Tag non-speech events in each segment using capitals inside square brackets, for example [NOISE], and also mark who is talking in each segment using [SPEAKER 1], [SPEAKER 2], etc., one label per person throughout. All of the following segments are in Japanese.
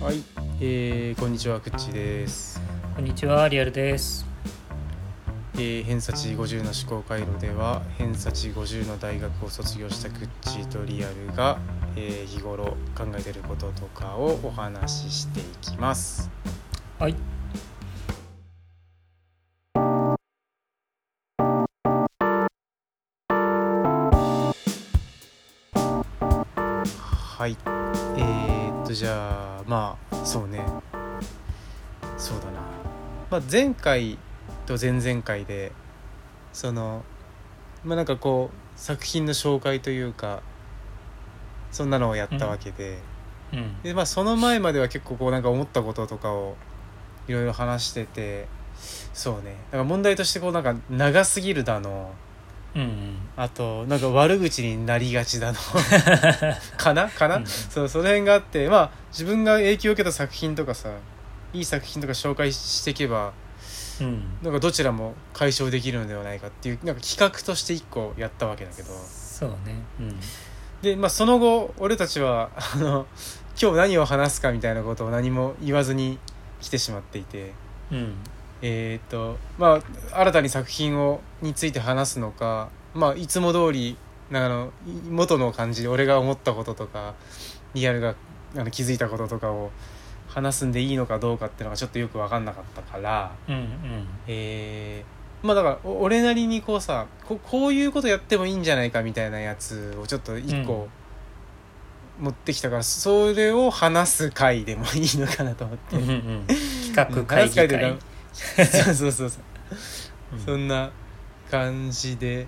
[SPEAKER 1] はい、えー、こんにちは、くっちーです。
[SPEAKER 2] こんにちは、リアルです。
[SPEAKER 1] えー偏差値50の思考回路では、偏差値50の大学を卒業したくっちーとリアルが、えー日頃考えていることとかをお話ししていきます。
[SPEAKER 2] はい。
[SPEAKER 1] はい、えー、っと、じゃあ、まあ、そうね。そうだな。まあ、前回と前々回で、その、まあ、なんかこう、作品の紹介というか。そんなのをやったわけで。
[SPEAKER 2] うん。
[SPEAKER 1] でまあその前までは結構こうなんか思ったこととかをいろいろ話しててそうねなんか問題としてこうなんか長すぎるだの
[SPEAKER 2] うん。
[SPEAKER 1] あとなんか悪口になりがち
[SPEAKER 2] [LAUGHS]
[SPEAKER 1] だのかなかな、
[SPEAKER 2] うん
[SPEAKER 1] そうその辺があってまあ自分が影響を受けた作品とかさいい作品とか紹介していけば
[SPEAKER 2] うん。
[SPEAKER 1] なんかどちらも解消できるのではないかっていうなんか企画として一個やったわけだけど
[SPEAKER 2] そうね。
[SPEAKER 1] で、まあ、その後俺たちはあの今日何を話すかみたいなことを何も言わずに来てしまっていて
[SPEAKER 2] うん。うん。
[SPEAKER 1] えーっとまあ新たに作品をについて話すのか、まあ、いつも通りあのい元の感じで俺が思ったこととかリアルがあの気づいたこととかを話すんでいいのかどうかっていうのがちょっとよく分かんなかったから。
[SPEAKER 2] うん。うん。
[SPEAKER 1] えーまあだからお俺なりにこうさここういうことやってもいいんじゃないかみたいなやつをちょっと一個持ってきたから、それを話す回でもいいのかなと思って、
[SPEAKER 2] うん。うん。企画会
[SPEAKER 1] 話
[SPEAKER 2] 議
[SPEAKER 1] す
[SPEAKER 2] 会。
[SPEAKER 1] というかそうそうそうそう、
[SPEAKER 2] [LAUGHS] うん
[SPEAKER 1] そんな感じで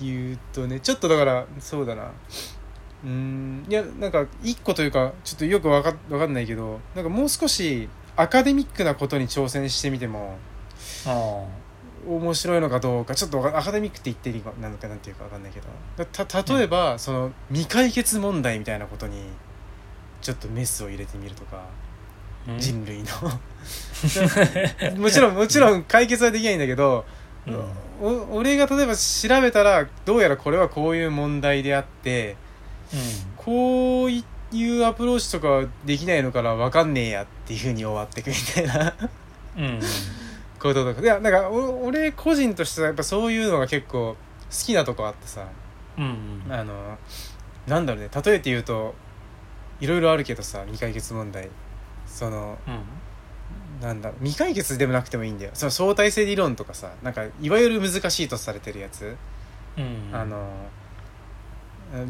[SPEAKER 1] 言うとねちょっとだからそうだなうーんいやなんか一個というかちょっとよくわかわかんないけどなんかもう少しアカデミックなことに挑戦してみても
[SPEAKER 2] あ
[SPEAKER 1] 面白いのかどうかちょっとわかアカデミックって言っていいなのかなんていうかわかんないけどた例えば、その未解決問題みたいなことにちょっとメスを入れてみるとか、
[SPEAKER 2] あ。うん
[SPEAKER 1] 人類の
[SPEAKER 2] [LAUGHS]
[SPEAKER 1] もちろんもちろん解決はできないんだけど、
[SPEAKER 2] うん
[SPEAKER 1] お俺が例えば調べたらどうやらこれはこういう問題であってこういうアプローチとかはできないのからわかんねえやっていうふうに終わってくみたいな。
[SPEAKER 2] うん。うん。
[SPEAKER 1] こととかいやなんかお俺個人としてはやっぱそういうのが結構好きなとこあってさ
[SPEAKER 2] うん。
[SPEAKER 1] あのなんだろうね例えて言うといろいろあるけどさ未解決問題その
[SPEAKER 2] うん。
[SPEAKER 1] なんだろう未解決でもなくてもいいんだよその相対性理論とかさなんかいわゆる難しいとされてるやつ、
[SPEAKER 2] うん。
[SPEAKER 1] あ。の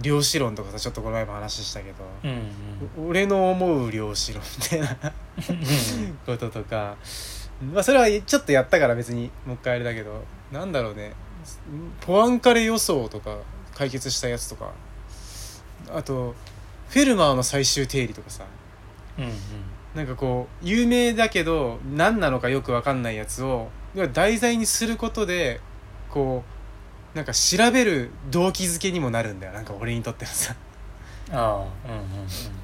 [SPEAKER 1] 量子論とかさちょっとこの前も話したけど、
[SPEAKER 2] うん。うん。
[SPEAKER 1] お俺の思う量子論みたいな
[SPEAKER 2] うん
[SPEAKER 1] こととか、まあ、それはちょっとやったから別にもう一回あれだけどなんだろうねポアンカレ予想とか解決したやつとかあとフェルマーの最終定理とかさ
[SPEAKER 2] うん。
[SPEAKER 1] なんかこう有名だけど何なのかよく分かんないやつを要は題材にすることでこうなんか調べる動機づけにもなるんだよなんか俺にとってはさ
[SPEAKER 2] ああ。うん。うん。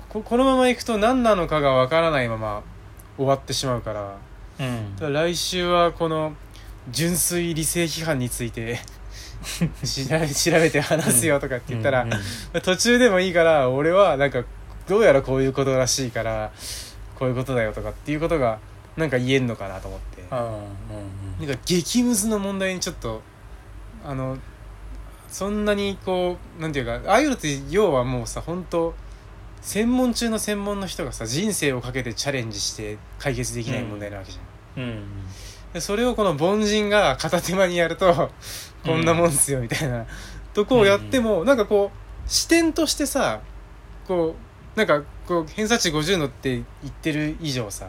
[SPEAKER 1] ここのままいくと何なのかが分からないまま終わってしまうから
[SPEAKER 2] うん。
[SPEAKER 1] ただ来週はこの純粋理性批判につい
[SPEAKER 2] [LAUGHS]
[SPEAKER 1] て調べ調べて話すよとかって言ったら、
[SPEAKER 2] うん。
[SPEAKER 1] 途中でもいいから俺はなんかどうやらこういうことらしいからこういうことだよとかっていうことがなんか言えんのかなと思って
[SPEAKER 2] ああ。うん。
[SPEAKER 1] なんか激ムズの問題にちょっとあのそんなにこうなんていうかああいうのって要はもうさ本当専門中の専門の人がさ人生をかけてチャレンジして解決できない問題なわけじゃん
[SPEAKER 2] うん。
[SPEAKER 1] でそれをこの凡人が片手間にやるとこんなもんっすよみたいな、とこをやっても、なんかこう視点としてさこうなんかこう偏差値50のって言ってる以上さ、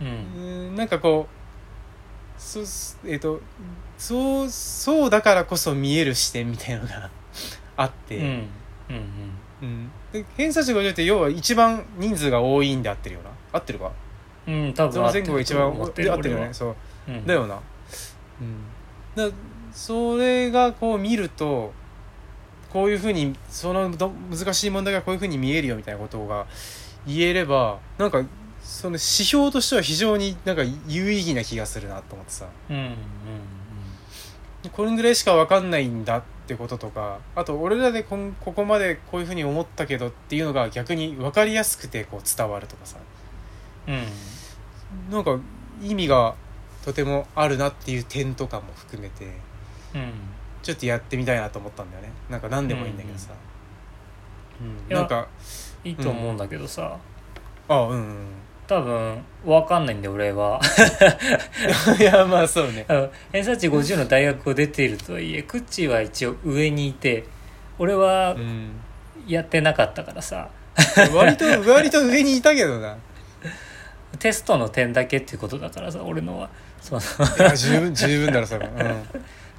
[SPEAKER 2] う。
[SPEAKER 1] うんん、なんかこうそ,、えー、とそうそうだからこそ見える視点みたいのがあっ
[SPEAKER 2] う
[SPEAKER 1] て、
[SPEAKER 2] ん。うん。
[SPEAKER 1] うんで偏差値50って要は一番人数が多いんで合ってるよな合ってるか
[SPEAKER 2] うん。多分。
[SPEAKER 1] その前後が一番合
[SPEAKER 2] 合っ
[SPEAKER 1] ってて
[SPEAKER 2] る
[SPEAKER 1] る
[SPEAKER 2] と
[SPEAKER 1] よ
[SPEAKER 2] 思う。
[SPEAKER 1] ねそう
[SPEAKER 2] うん。
[SPEAKER 1] だよな、うん、だそれがこう見るとこういうふうにそのど難しい問題がこういうふうに見えるよみたいなことが言えればなんかその指標としては非常になんか有意義な気がするなと思ってさ
[SPEAKER 2] うん。うん。
[SPEAKER 1] これぐらいしか分かんないんだってこととかあと俺らでこんここまでこういうふうに思ったけどっていうのが逆に分かりやすくてこう伝わるとかさ
[SPEAKER 2] うん
[SPEAKER 1] なんか意味がとてもあるなっていう点とかも含めて
[SPEAKER 2] うん
[SPEAKER 1] ちょっとやってみたいなと思ったんだよねなんか何でもいいんだけどさ、うん
[SPEAKER 2] いや
[SPEAKER 1] なんか
[SPEAKER 2] いいと思うんだけどさ、
[SPEAKER 1] あうんうん
[SPEAKER 2] 多分わかんないんで俺は
[SPEAKER 1] うん [LAUGHS] いやまあそうね
[SPEAKER 2] あの偏差値50の大学を出ているとはいえクッチーは一応上にいて俺
[SPEAKER 1] [LAUGHS]
[SPEAKER 2] は
[SPEAKER 1] うん
[SPEAKER 2] やってなかったからさ、
[SPEAKER 1] 割と割と上にいたけどな
[SPEAKER 2] テストの点だけっていうことだからさ俺のはその
[SPEAKER 1] いや十分十分だろそれ、う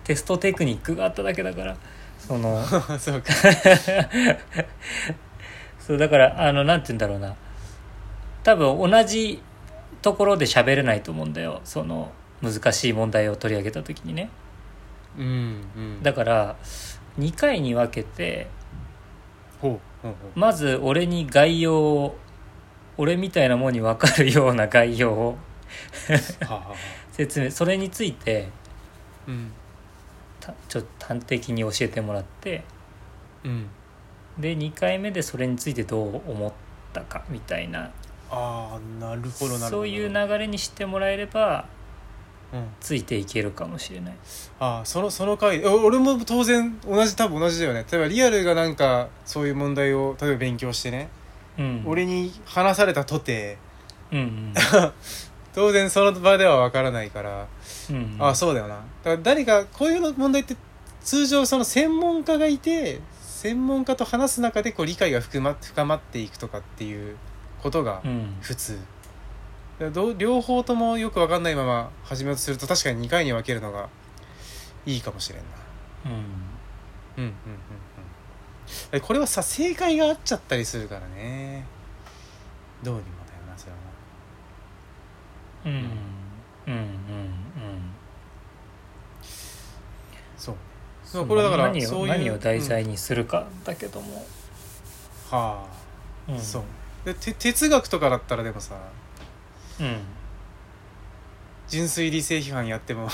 [SPEAKER 2] テストテクニックがあっただけだからその
[SPEAKER 1] ん、 [LAUGHS] そうか
[SPEAKER 2] そうだからあのなんて言うんだろうな多分同じところで喋れないと思うんだよその難しい問題を取り上げた時にね
[SPEAKER 1] うんうん
[SPEAKER 2] だから2回に分けて
[SPEAKER 1] ほうほうほ
[SPEAKER 2] まず俺に概要を俺みたいなもんに分かるような概要を
[SPEAKER 1] うはあはあはあ
[SPEAKER 2] 説明それについて
[SPEAKER 1] うん
[SPEAKER 2] たちょっと端的に教えてもらって
[SPEAKER 1] うん
[SPEAKER 2] で2回目でそれについてどう思ったかみたいな
[SPEAKER 1] ああなるほどなるほど
[SPEAKER 2] そういう流れにしてもらえれば
[SPEAKER 1] うん
[SPEAKER 2] ついていけるかもしれない。
[SPEAKER 1] ああそのその回お俺も当然同じ多分同じだよね例えばリアルがなんかそういう問題を例えば勉強してね、
[SPEAKER 2] うん、
[SPEAKER 1] 俺に話されたとて
[SPEAKER 2] うんうん
[SPEAKER 1] 当然その場では分からないから、
[SPEAKER 2] うん
[SPEAKER 1] [LAUGHS] ああそうだよなだから誰かこういうの問題って通常その専門家がいて専門家と話す中でこう理解が深ま深まっていくとかっていうことが
[SPEAKER 2] うん
[SPEAKER 1] 普通、だからどう両方ともよく分かんないまま始めようとすると確かに2回に分けるのがいいかもしれんな
[SPEAKER 2] うん
[SPEAKER 1] うんうんうんうんえこれはさ正解があっちゃったりするからねどうにもだよなそれはな
[SPEAKER 2] うんうんうん
[SPEAKER 1] そう
[SPEAKER 2] うん
[SPEAKER 1] これだから
[SPEAKER 2] 何を
[SPEAKER 1] そういう
[SPEAKER 2] 何を題材にするかだけども、
[SPEAKER 1] は
[SPEAKER 2] う
[SPEAKER 1] あ、
[SPEAKER 2] ん、
[SPEAKER 1] そうでて哲学とかだったらでもさ
[SPEAKER 2] うん
[SPEAKER 1] 純粋理性批判やっても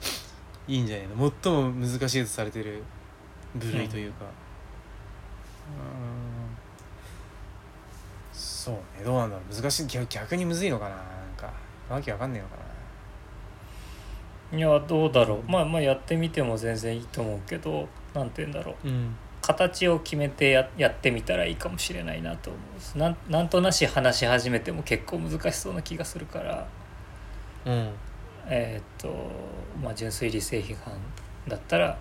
[SPEAKER 1] [LAUGHS] いいんじゃないの最も難しいとされてる部類というかうんんそうねどうなんだろう難しい逆逆にむずいのかななんかわけわかんねえのかない
[SPEAKER 2] やどうだろうまあまあやってみても全然いいと思うけどなんて言うんだろう
[SPEAKER 1] うん
[SPEAKER 2] 形を決めてややってみたらいいかもしれないなと思うなんなんとなし話し始めても結構難しそうな気がするから
[SPEAKER 1] うん
[SPEAKER 2] えーっとまあ純粋理性批判だったら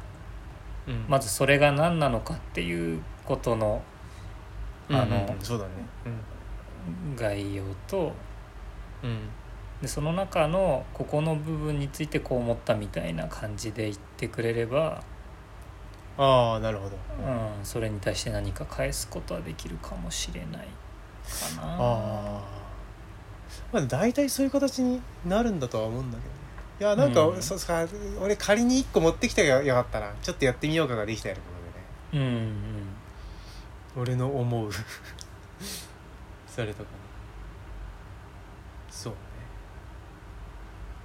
[SPEAKER 1] うん
[SPEAKER 2] まずそれが何なのかっていうことの
[SPEAKER 1] うん
[SPEAKER 2] あの
[SPEAKER 1] うんそうだね
[SPEAKER 2] 概要と
[SPEAKER 1] うんうん
[SPEAKER 2] でその中のここの部分についてこう思ったみたいな感じで言ってくれれば、
[SPEAKER 1] ああなるほど
[SPEAKER 2] うん、それに対して何か返すことはできるかもしれないかな。
[SPEAKER 1] ああまあ大体そういう形になるんだとは思うんだけどねいやなんか、
[SPEAKER 2] うん
[SPEAKER 1] そさ俺仮に1個持ってきたらよかったなちょっとやってみようかができたようなことでね
[SPEAKER 2] うんうん
[SPEAKER 1] 俺の思う [LAUGHS] それとかねそうね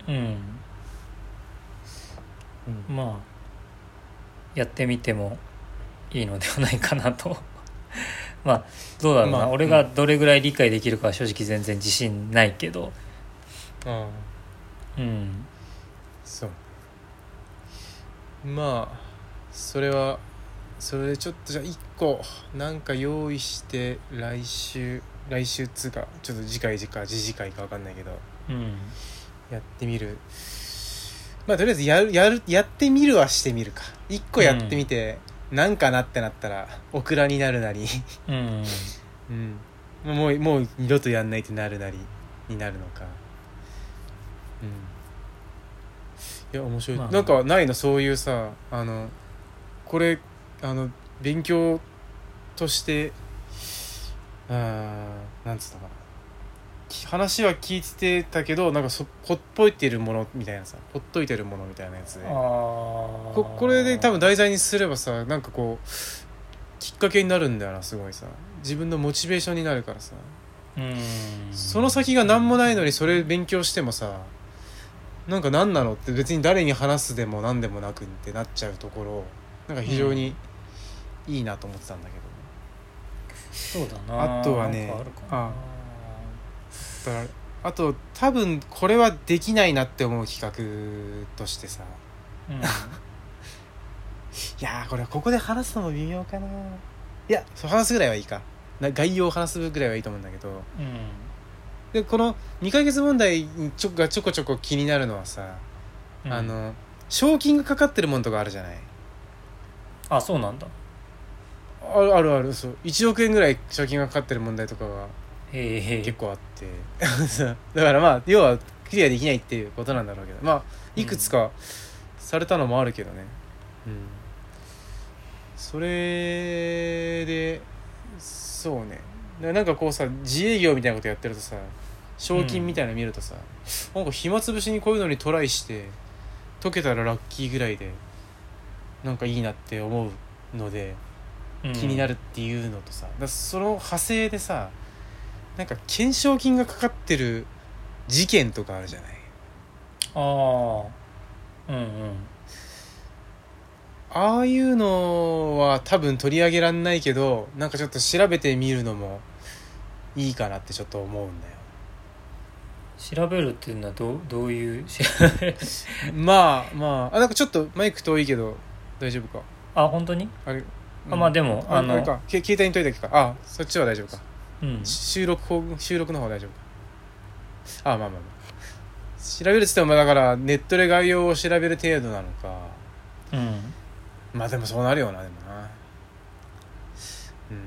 [SPEAKER 2] うん
[SPEAKER 1] うん
[SPEAKER 2] まあやってみてもいいのではないかなと [LAUGHS] まあどうだろうな、
[SPEAKER 1] まあ
[SPEAKER 2] 俺がどれぐらい理解できるかは正直全然自信ないけど
[SPEAKER 1] ああ
[SPEAKER 2] うん
[SPEAKER 1] そうまあそれはそれでちょっとじゃあ1個なんか用意して来週来週っつうかちょっと次回次回次次回か分かんないけど
[SPEAKER 2] うん
[SPEAKER 1] やってみるまあとりあえずやるやるやってみるはしてみるか1個やってみて、なんかなってなったらオクラになるなり、
[SPEAKER 2] うん
[SPEAKER 1] うん、もうもう二度とやんないってなるなりになるのかうんいや面白い、
[SPEAKER 2] まあ
[SPEAKER 1] なんかないのそういうさあのこれあの勉強としてあーなんつったかなき話は聞いてたけどなんかそほっぽいてるものみたいなさほっといてるものみたいなやつで
[SPEAKER 2] あ
[SPEAKER 1] ここれで多分
[SPEAKER 2] だ
[SPEAKER 1] 題材にすればさなんかこうきっかけになるんだよなすごいさ自分のモチベーションになるからさ
[SPEAKER 2] うん
[SPEAKER 1] その先が何もないのにそれ勉強してもさなんか何なのって別に誰に話すでも何でもなくってなっちゃうところなんか非常にいいなと思ってたんだけど、
[SPEAKER 2] そうだな
[SPEAKER 1] あとはね
[SPEAKER 2] なんかあるかな
[SPEAKER 1] あだからあと多分これはできないなって思う企画としてさ
[SPEAKER 2] うん
[SPEAKER 1] いやーこれここで話すのも微妙かないやそう話すぐらいはいいかな概要を話すぐらいはいいと思うんだけど
[SPEAKER 2] うん
[SPEAKER 1] でこの2ヶ月問題にちょがちょこちょこ気になるのはさ、
[SPEAKER 2] う
[SPEAKER 1] [LAUGHS]
[SPEAKER 2] ん
[SPEAKER 1] あの賞金がかかってるもんとかあるじゃない
[SPEAKER 2] あそうなんだ
[SPEAKER 1] あるあるあるそう1億円ぐらい賞金がかかってる問題とかが
[SPEAKER 2] へえ
[SPEAKER 1] 結構あって [LAUGHS] そうだからまあ要はクリアできないっていうことなんだろうけどまあいくつかされたのもあるけどねうん、それでそうねななんかこうさ自営業みたいなことやってるとさ賞金みたいなの見るとさ、なんか暇つぶしにこういうのにトライして解けたらラッキーぐらいでなんかいいなって思うので気になるっていうのとさ、だからその派生でさなんか懸賞金がかかってる事件とかあるじゃない
[SPEAKER 2] ああうんうん
[SPEAKER 1] ああいうのは多分取り上げらんないけどなんかちょっと調べてみるのもいいかなってちょっと思うんだよ
[SPEAKER 2] 調べるっていうのはどうどういう [LAUGHS]
[SPEAKER 1] まあまああなんかちょっとマイク遠いけど大丈夫か
[SPEAKER 2] あ本当に
[SPEAKER 1] あれ、
[SPEAKER 2] あまあ
[SPEAKER 1] も
[SPEAKER 2] でも
[SPEAKER 1] あ
[SPEAKER 2] あ
[SPEAKER 1] のあれ
[SPEAKER 2] の
[SPEAKER 1] かけ携帯にといたけかあそっちは大丈夫か
[SPEAKER 2] うん
[SPEAKER 1] 収録方収録の方大丈夫かあまあまあまあ調べるっつってもだからネットで概要を調べる程度なのか
[SPEAKER 2] うん
[SPEAKER 1] まあでもそうなるよなでもなうん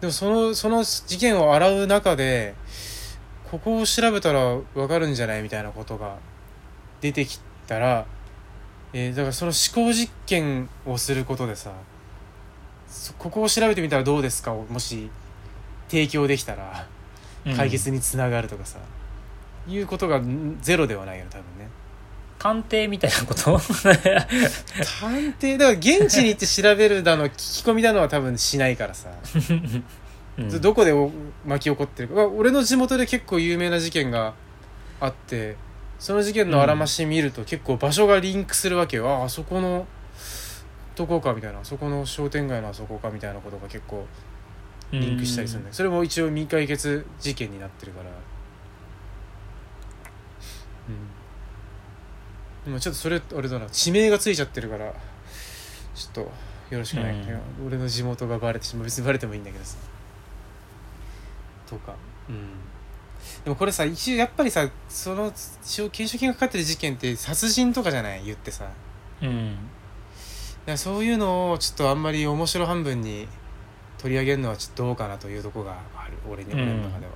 [SPEAKER 1] でもそのその事件を洗う中でここを調べたら分かるんじゃないみたいなことが出てきたら、えーだからその思考実験をすることでさそここを調べてみたらどうですかをもし提供できたら
[SPEAKER 2] うん
[SPEAKER 1] 解決につながるとかさ、いうことがんゼロではないよね多分ね
[SPEAKER 2] 鑑定みたいなこ
[SPEAKER 1] [LAUGHS] 探
[SPEAKER 2] と
[SPEAKER 1] 偵だから現地に行って調べるだの聞き込みだのは多分しないからさ、
[SPEAKER 2] うん
[SPEAKER 1] どこでお巻き起こってるかまあ俺の地元で結構有名な事件があってその事件のあらまし見ると結構場所がリンクするわけよ、ああそこのどこかみたいなあそこの商店街のあそこかみたいなことが結構リンクしたりするんだけどそれも一応未解決事件になってるからうんでもちょっとそれあれだな地名がついちゃってるからちょっとよろしくない、俺の地元がバレてしまう別にバレてもいいんだけどさとかうんでもこれさ一応やっぱりさその一応懸賞金がかかってる事件って殺人とかじゃない言ってさ
[SPEAKER 2] うんう
[SPEAKER 1] だ
[SPEAKER 2] ん
[SPEAKER 1] からそういうのをちょっとあんまり面白半分に取り上げるのはちょっとどうかなというとこがある俺に
[SPEAKER 2] うん
[SPEAKER 1] 俺の中では、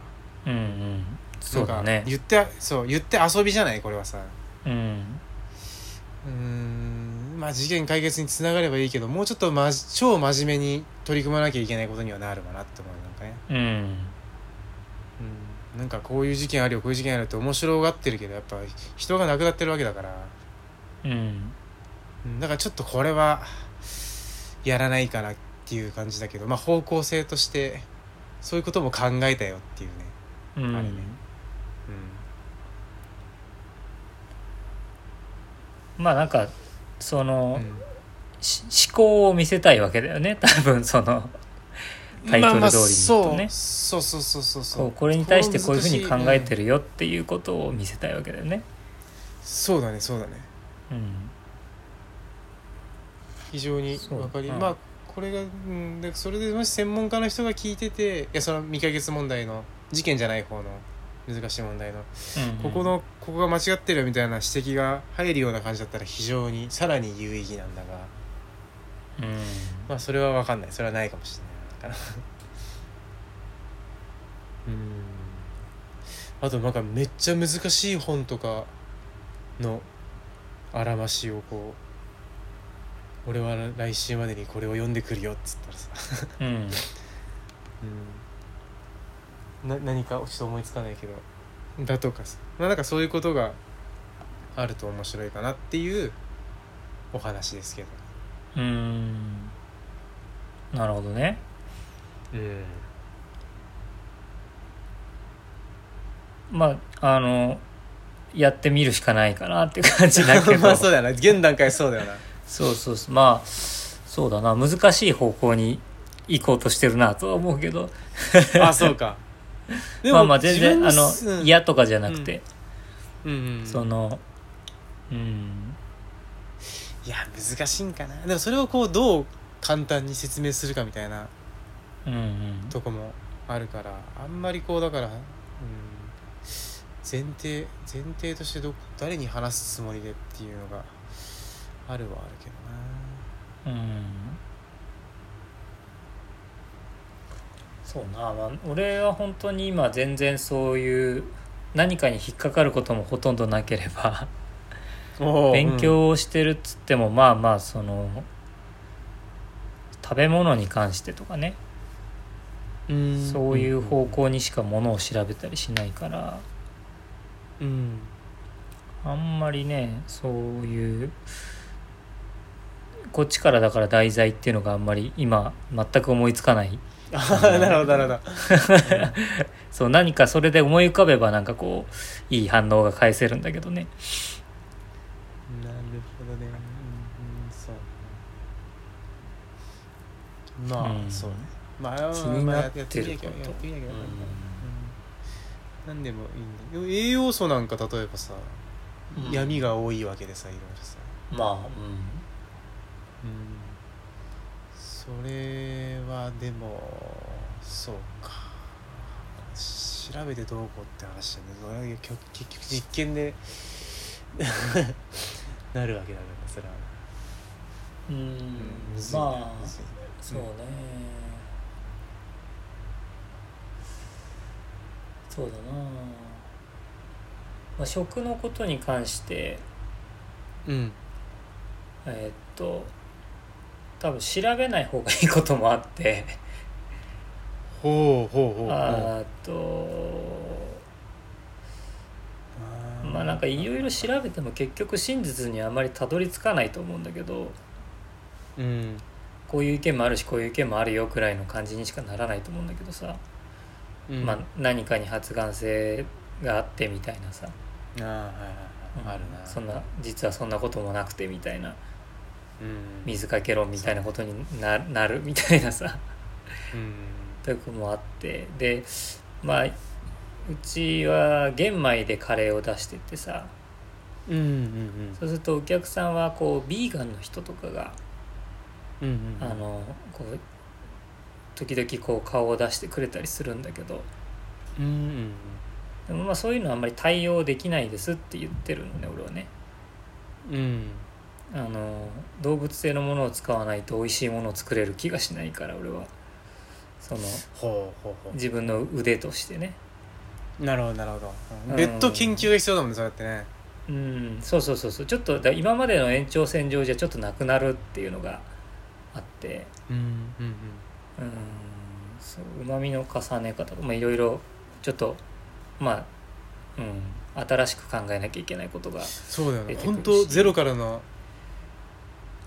[SPEAKER 2] うんうんそうだ
[SPEAKER 1] なん
[SPEAKER 2] ね
[SPEAKER 1] か言ってそう言って遊びじゃないこれはさ
[SPEAKER 2] うん
[SPEAKER 1] うーんまあ事件解決につながればいいけどもうちょっと、まじ、超真面目に取り組まなきゃいけないことにはなるかなって思うなんかね、
[SPEAKER 2] うん
[SPEAKER 1] うん、なんかこういう事件あるよこういう事件あるよって面白がってるけどやっぱ人が亡くなってるわけだから
[SPEAKER 2] うん
[SPEAKER 1] うんだからちょっとこれはやらないかなっていう感じだけどまあ方向性としてそういうことも考えたよっていうね、
[SPEAKER 2] うん
[SPEAKER 1] あれね
[SPEAKER 2] まあなんかそ
[SPEAKER 1] うん
[SPEAKER 2] の、
[SPEAKER 1] うん
[SPEAKER 2] し思考を見せたいわけだよね多 [LAUGHS] 分そのタイトル通りに
[SPEAKER 1] まあまあ
[SPEAKER 2] 言うとね
[SPEAKER 1] そうそうそうそうそう
[SPEAKER 2] こうこれに対してこういうふうに考え
[SPEAKER 1] る、
[SPEAKER 2] てるよっていうことを見せたいわけだよね。
[SPEAKER 1] うんそうだねそうだね
[SPEAKER 2] うん
[SPEAKER 1] 非常に
[SPEAKER 2] そう
[SPEAKER 1] わかり
[SPEAKER 2] うん
[SPEAKER 1] まあこれが、うん、でそれでもし専門家の人が聞いてていやその未解決問題の事件じゃない方の難しい問題のここのここが間違ってるみたいな指摘が入るような感じだったら非常にさらに有意義なんだが
[SPEAKER 2] うん
[SPEAKER 1] まあそれは分かんないそれはないかもしれないかなうんあとなんかめっちゃ難しい本とかのあらましをこう俺は来週までにこれを読んでくるよっつったらさ、
[SPEAKER 2] うん
[SPEAKER 1] うん、な何かちょっと思いつかないけどだとかさまあなんかそういうことがあると面白いかなっていうお話ですけど
[SPEAKER 2] うんなるほどね。
[SPEAKER 1] うん
[SPEAKER 2] まああのやってみるしかないかなっていう感じだけど
[SPEAKER 1] [LAUGHS] まあそうだよな現段階そうだよな
[SPEAKER 2] そうそうそうまあそうだな難しい方向に行こうとしてるなとは思うけど
[SPEAKER 1] [LAUGHS] あそうかで
[SPEAKER 2] まあまあ全然あ
[SPEAKER 1] 自分
[SPEAKER 2] の
[SPEAKER 1] すうん
[SPEAKER 2] 嫌とかじゃなくて、
[SPEAKER 1] うんうん
[SPEAKER 2] そのうん
[SPEAKER 1] いや難しいんかなでもそれをこうどう簡単に説明するかみたいな
[SPEAKER 2] うんうん
[SPEAKER 1] とこもあるからあんまりこうだから、うん、前提前提としてど誰に話すつもりでっていうのがあるはあるけどな
[SPEAKER 2] うんそうな、まあ、俺は本当に今全然そういう何かに引っかかることもほとんどなければ勉強をしてるっつっても、まあまあその食べ物に関してとかね、そういう方向にしかものを調べたりしないから
[SPEAKER 1] うん
[SPEAKER 2] あんまりねそういうこっちからだから題材っていうのがあんまり今全く思いつかない
[SPEAKER 1] あーなるほどなるほど
[SPEAKER 2] そう何かそれで思い浮かべばなんかこういい反応が返せるんだけどね
[SPEAKER 1] なるほどね。うん、うんそう。まあ、
[SPEAKER 2] うん
[SPEAKER 1] そうね。まあ、
[SPEAKER 2] 気になってる
[SPEAKER 1] やってみなきゃ
[SPEAKER 2] こと
[SPEAKER 1] やってみなきゃわかんないうんなんでもいいんだ。でも栄養素なんか例えばさ、
[SPEAKER 2] うん
[SPEAKER 1] 闇が多いわけでさ、いろいろさ。
[SPEAKER 2] まあ
[SPEAKER 1] うん。それはでも、そうか。調べてどうこうって話だね。それは結局結局実験で [LAUGHS] なるわけだから、それは。
[SPEAKER 2] うん、うん、まあそうね、そうだな、まあ、食のことに関して
[SPEAKER 1] うん
[SPEAKER 2] えーっと多分調べない方がいいこともあって
[SPEAKER 1] ほうほうほう
[SPEAKER 2] あーっとまあなんかいろいろ調べても結局真実にあまりたどり着かないと思うんだけど
[SPEAKER 1] うん
[SPEAKER 2] こういう意見もあるしこういう意見もあるよくらいの感じにしかならないと思うんだけどさ、
[SPEAKER 1] うん
[SPEAKER 2] まあ何かに発がん性があってみたいなさ、
[SPEAKER 1] ああはいはいはいあるな
[SPEAKER 2] そんな実はそんなこともなくてみたいな
[SPEAKER 1] うん
[SPEAKER 2] 水かけろみたいなことにななるみたいなさ
[SPEAKER 1] うん
[SPEAKER 2] とこもあってでまあうちは玄米でカレーを出してってさ
[SPEAKER 1] うんうん
[SPEAKER 2] そうするとお客さんはこうビーガンの人とかが
[SPEAKER 1] うんうん
[SPEAKER 2] あのこう時々こう顔を出してくれたりするんだけど
[SPEAKER 1] うんうん
[SPEAKER 2] でもまあそういうのはあんまり対応できないですって言ってるのね俺はね
[SPEAKER 1] うん
[SPEAKER 2] あの動物性のものを使わないと美味しいものを作れる気がしないから俺はその
[SPEAKER 1] ほうほうほ
[SPEAKER 2] 自分の腕としてね
[SPEAKER 1] うなるほどなるほど
[SPEAKER 2] うん
[SPEAKER 1] 別途研究が必要だもんねそうやってね
[SPEAKER 2] うんそうそうそうそうちょっとだ今までの延長線上じゃちょっとなくなるっていうのがあって
[SPEAKER 1] うんうん
[SPEAKER 2] うんそうまみの重ね方とかまあいろいろちょっとまあうん新しく考えなきゃいけないことが
[SPEAKER 1] そうだよ
[SPEAKER 2] 出
[SPEAKER 1] ね
[SPEAKER 2] てくるし
[SPEAKER 1] 本当ゼロからの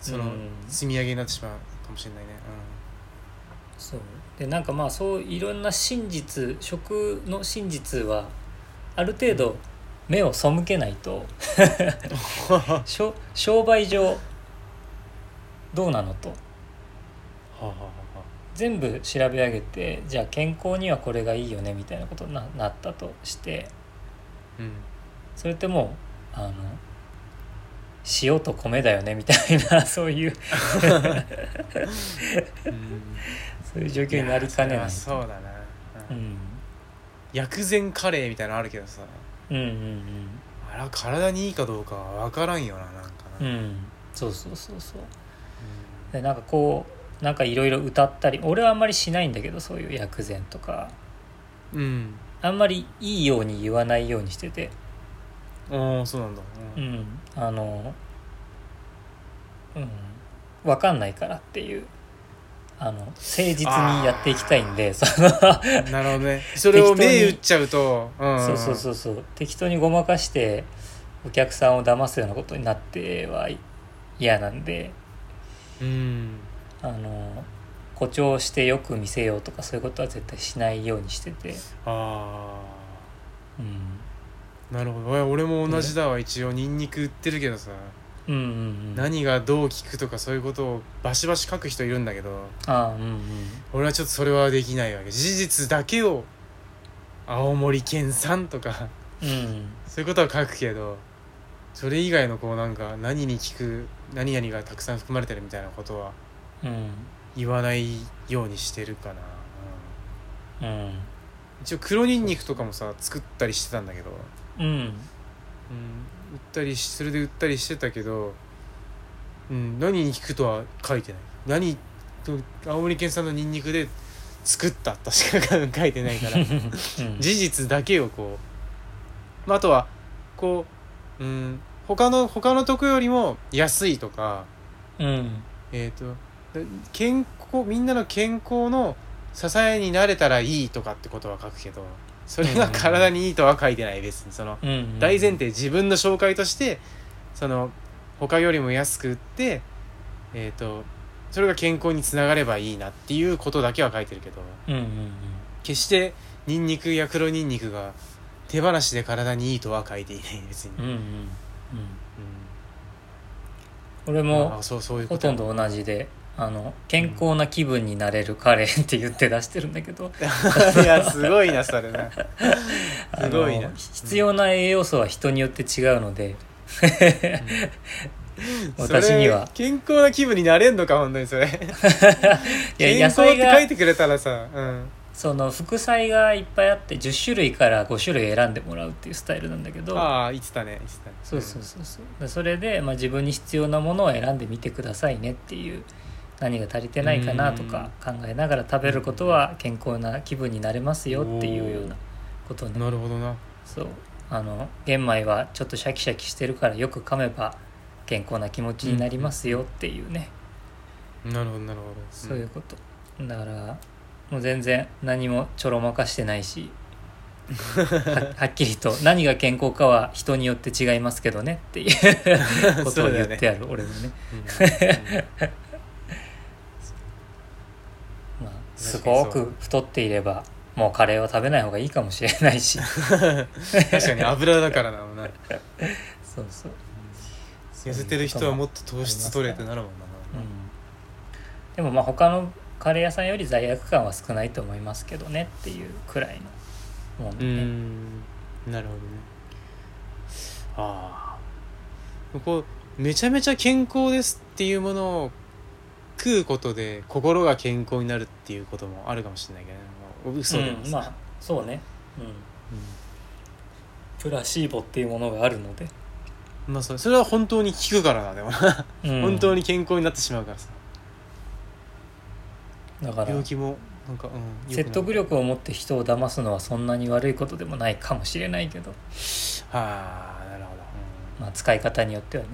[SPEAKER 1] その
[SPEAKER 2] うん
[SPEAKER 1] 積み上げになってしまうかもしれないね
[SPEAKER 2] そうでなんかまあそういろんな真実食の真実はある程度目を背けないと [LAUGHS]
[SPEAKER 1] うんは
[SPEAKER 2] しょ商売上どうなのと
[SPEAKER 1] あはあはあ
[SPEAKER 2] 全部調べ上げてじゃあ健康にはこれがいいよねみたいなことにななったとして
[SPEAKER 1] うん
[SPEAKER 2] それってもうあの塩と米だよねみたいな [LAUGHS] そうい
[SPEAKER 1] う
[SPEAKER 2] う
[SPEAKER 1] ん
[SPEAKER 2] そういう状況になりかねない
[SPEAKER 1] やそれはそうだなう
[SPEAKER 2] うんん、
[SPEAKER 1] 薬膳カレーみたいなのあるけどさ
[SPEAKER 2] うんうん
[SPEAKER 1] あら体にいいかどうかは分からんよななんかな、
[SPEAKER 2] うんう
[SPEAKER 1] うん
[SPEAKER 2] んそうそうそうそうでなんかこうなんかいろいろ歌ったり俺はあんまりしないんだけどそういう薬膳とか
[SPEAKER 1] うん
[SPEAKER 2] あんまりいいように言わないようにしてて
[SPEAKER 1] おおそうなんだ、
[SPEAKER 2] う
[SPEAKER 1] うん
[SPEAKER 2] んあのうんわかんないからっていうあの誠実にやっていきたいんでその
[SPEAKER 1] なるほどねそれを
[SPEAKER 2] 適当に
[SPEAKER 1] 目打っちゃうと、うん
[SPEAKER 2] そうそうそうそう適当にごまかしてお客さんを騙すようなことになってはい嫌なんで
[SPEAKER 1] うん
[SPEAKER 2] あの誇張してよく見せようとかそういうことは絶対しないようにしてて。
[SPEAKER 1] あ
[SPEAKER 2] うん
[SPEAKER 1] あなるほどおい俺も同じだわ一応ニンニク売ってるけどさ、
[SPEAKER 2] うんうんうん、
[SPEAKER 1] 何がどう効くとかそういうことをバシバシ書く人いるんだけど
[SPEAKER 2] ああうんうん
[SPEAKER 1] 俺はちょっとそれはできないわけ事実だけを青森県産とか
[SPEAKER 2] うん
[SPEAKER 1] そういうことは書くけどそれ以外のこうなんか何に効く何々がたくさん含まれてるみたいなことは
[SPEAKER 2] うん
[SPEAKER 1] 言わないようにしてるかな、うん
[SPEAKER 2] うん
[SPEAKER 1] 一応黒ニンニクとかもさ作ったりしてたんだけど、 [LAUGHS]
[SPEAKER 2] うん
[SPEAKER 1] うん、売ったりしそれで売ったりしてたけど、うん、何に効くとは書いてない何と青森県産のニンニクで作ったとしか書いてないから
[SPEAKER 2] うん
[SPEAKER 1] 事実だけをこう、まあ、あとはこう、うん、他の他のとこよりも安いとか
[SPEAKER 2] うん
[SPEAKER 1] えっ、とだ健康みんなの健康の支えになれたらいいとかってことは書くけどそれが体にいいとは書いてない別にその
[SPEAKER 2] うん
[SPEAKER 1] 大前提自分の紹介としてその他よりも安く売ってえっ、とそれが健康につながればいいなっていうことだけは書いてるけど
[SPEAKER 2] うんうん
[SPEAKER 1] 決してニンニクや黒ニンニクが手放しで体にいいとは書いていない別に、
[SPEAKER 2] うんうんう
[SPEAKER 1] うん
[SPEAKER 2] ん俺
[SPEAKER 1] あ
[SPEAKER 2] も
[SPEAKER 1] あそうそういう
[SPEAKER 2] ほ
[SPEAKER 1] こと
[SPEAKER 2] とんど同じであの健康な気分になれるカレーって言って出してるんだけど
[SPEAKER 1] [LAUGHS] いやすごいなそれなすごい
[SPEAKER 2] あ
[SPEAKER 1] な
[SPEAKER 2] の必要な栄養素は人によって違うので [LAUGHS] 私に
[SPEAKER 1] そ
[SPEAKER 2] は
[SPEAKER 1] れ健康な気分になれんのか本当にそれ
[SPEAKER 2] いや
[SPEAKER 1] 健
[SPEAKER 2] 野
[SPEAKER 1] 康っ
[SPEAKER 2] 菜
[SPEAKER 1] て書
[SPEAKER 2] が
[SPEAKER 1] いてくれたらさ、うん、
[SPEAKER 2] その副菜がいっぱいあって10種類から5種類選んでもらうっていうスタイルなんだけど
[SPEAKER 1] ああ言ってたね言ってたね
[SPEAKER 2] そうそうそうそうでそれで、まあ、自分に必要なものを選んでみてくださいねっていう何が足りてないかなとか考えながら食べることは健康な気分になれますよっていうようなこと
[SPEAKER 1] うん
[SPEAKER 2] ね
[SPEAKER 1] なるほどな
[SPEAKER 2] そうあの玄米はちょっとシャキシャキしてるからよく噛めば健康な気持ちになりますよっていうね、
[SPEAKER 1] なるほどなるほど
[SPEAKER 2] そういうことだからもう全然何もちょろまかしてないしは [LAUGHS] はっきりと何が健康かは人によって違いますけどねっていう
[SPEAKER 1] うん [LAUGHS]
[SPEAKER 2] こ
[SPEAKER 1] そ
[SPEAKER 2] と
[SPEAKER 1] うだ
[SPEAKER 2] を言
[SPEAKER 1] よ
[SPEAKER 2] っ
[SPEAKER 1] ね
[SPEAKER 2] てやる、俺もね
[SPEAKER 1] うん [LAUGHS] うん
[SPEAKER 2] まあ、すごく太っていればもうカレーは食べない方がいいかもしれな
[SPEAKER 1] [LAUGHS]
[SPEAKER 2] いし
[SPEAKER 1] 確かに油だからなもう
[SPEAKER 2] [LAUGHS]
[SPEAKER 1] な
[SPEAKER 2] そうそう
[SPEAKER 1] 痩せてる人はもっと糖質取れってなるもんな
[SPEAKER 2] うん、でもまあ他のカレー屋さんより罪悪感は少ないと思いますけどねっていうくらいのもんでね、
[SPEAKER 1] んなるほどねああこうめちゃめちゃ健康ですっていうものを食うことで心が健康になるっていうこともあるかもしれないけどね嘘でも
[SPEAKER 2] うん
[SPEAKER 1] さ
[SPEAKER 2] まあそうね、うん、
[SPEAKER 1] う
[SPEAKER 2] プラシーボっていうものがあるので、
[SPEAKER 1] んまあそれそれは本当に効くからなでもな
[SPEAKER 2] うん
[SPEAKER 1] 本当に健康になってしまうからさ
[SPEAKER 2] だから
[SPEAKER 1] 病気もなんかうん良くなる
[SPEAKER 2] 説得力を持って人を騙すのはそんなに悪いことでもないかもしれないけど、
[SPEAKER 1] ああなるほどうん
[SPEAKER 2] まあ、使い方によってはね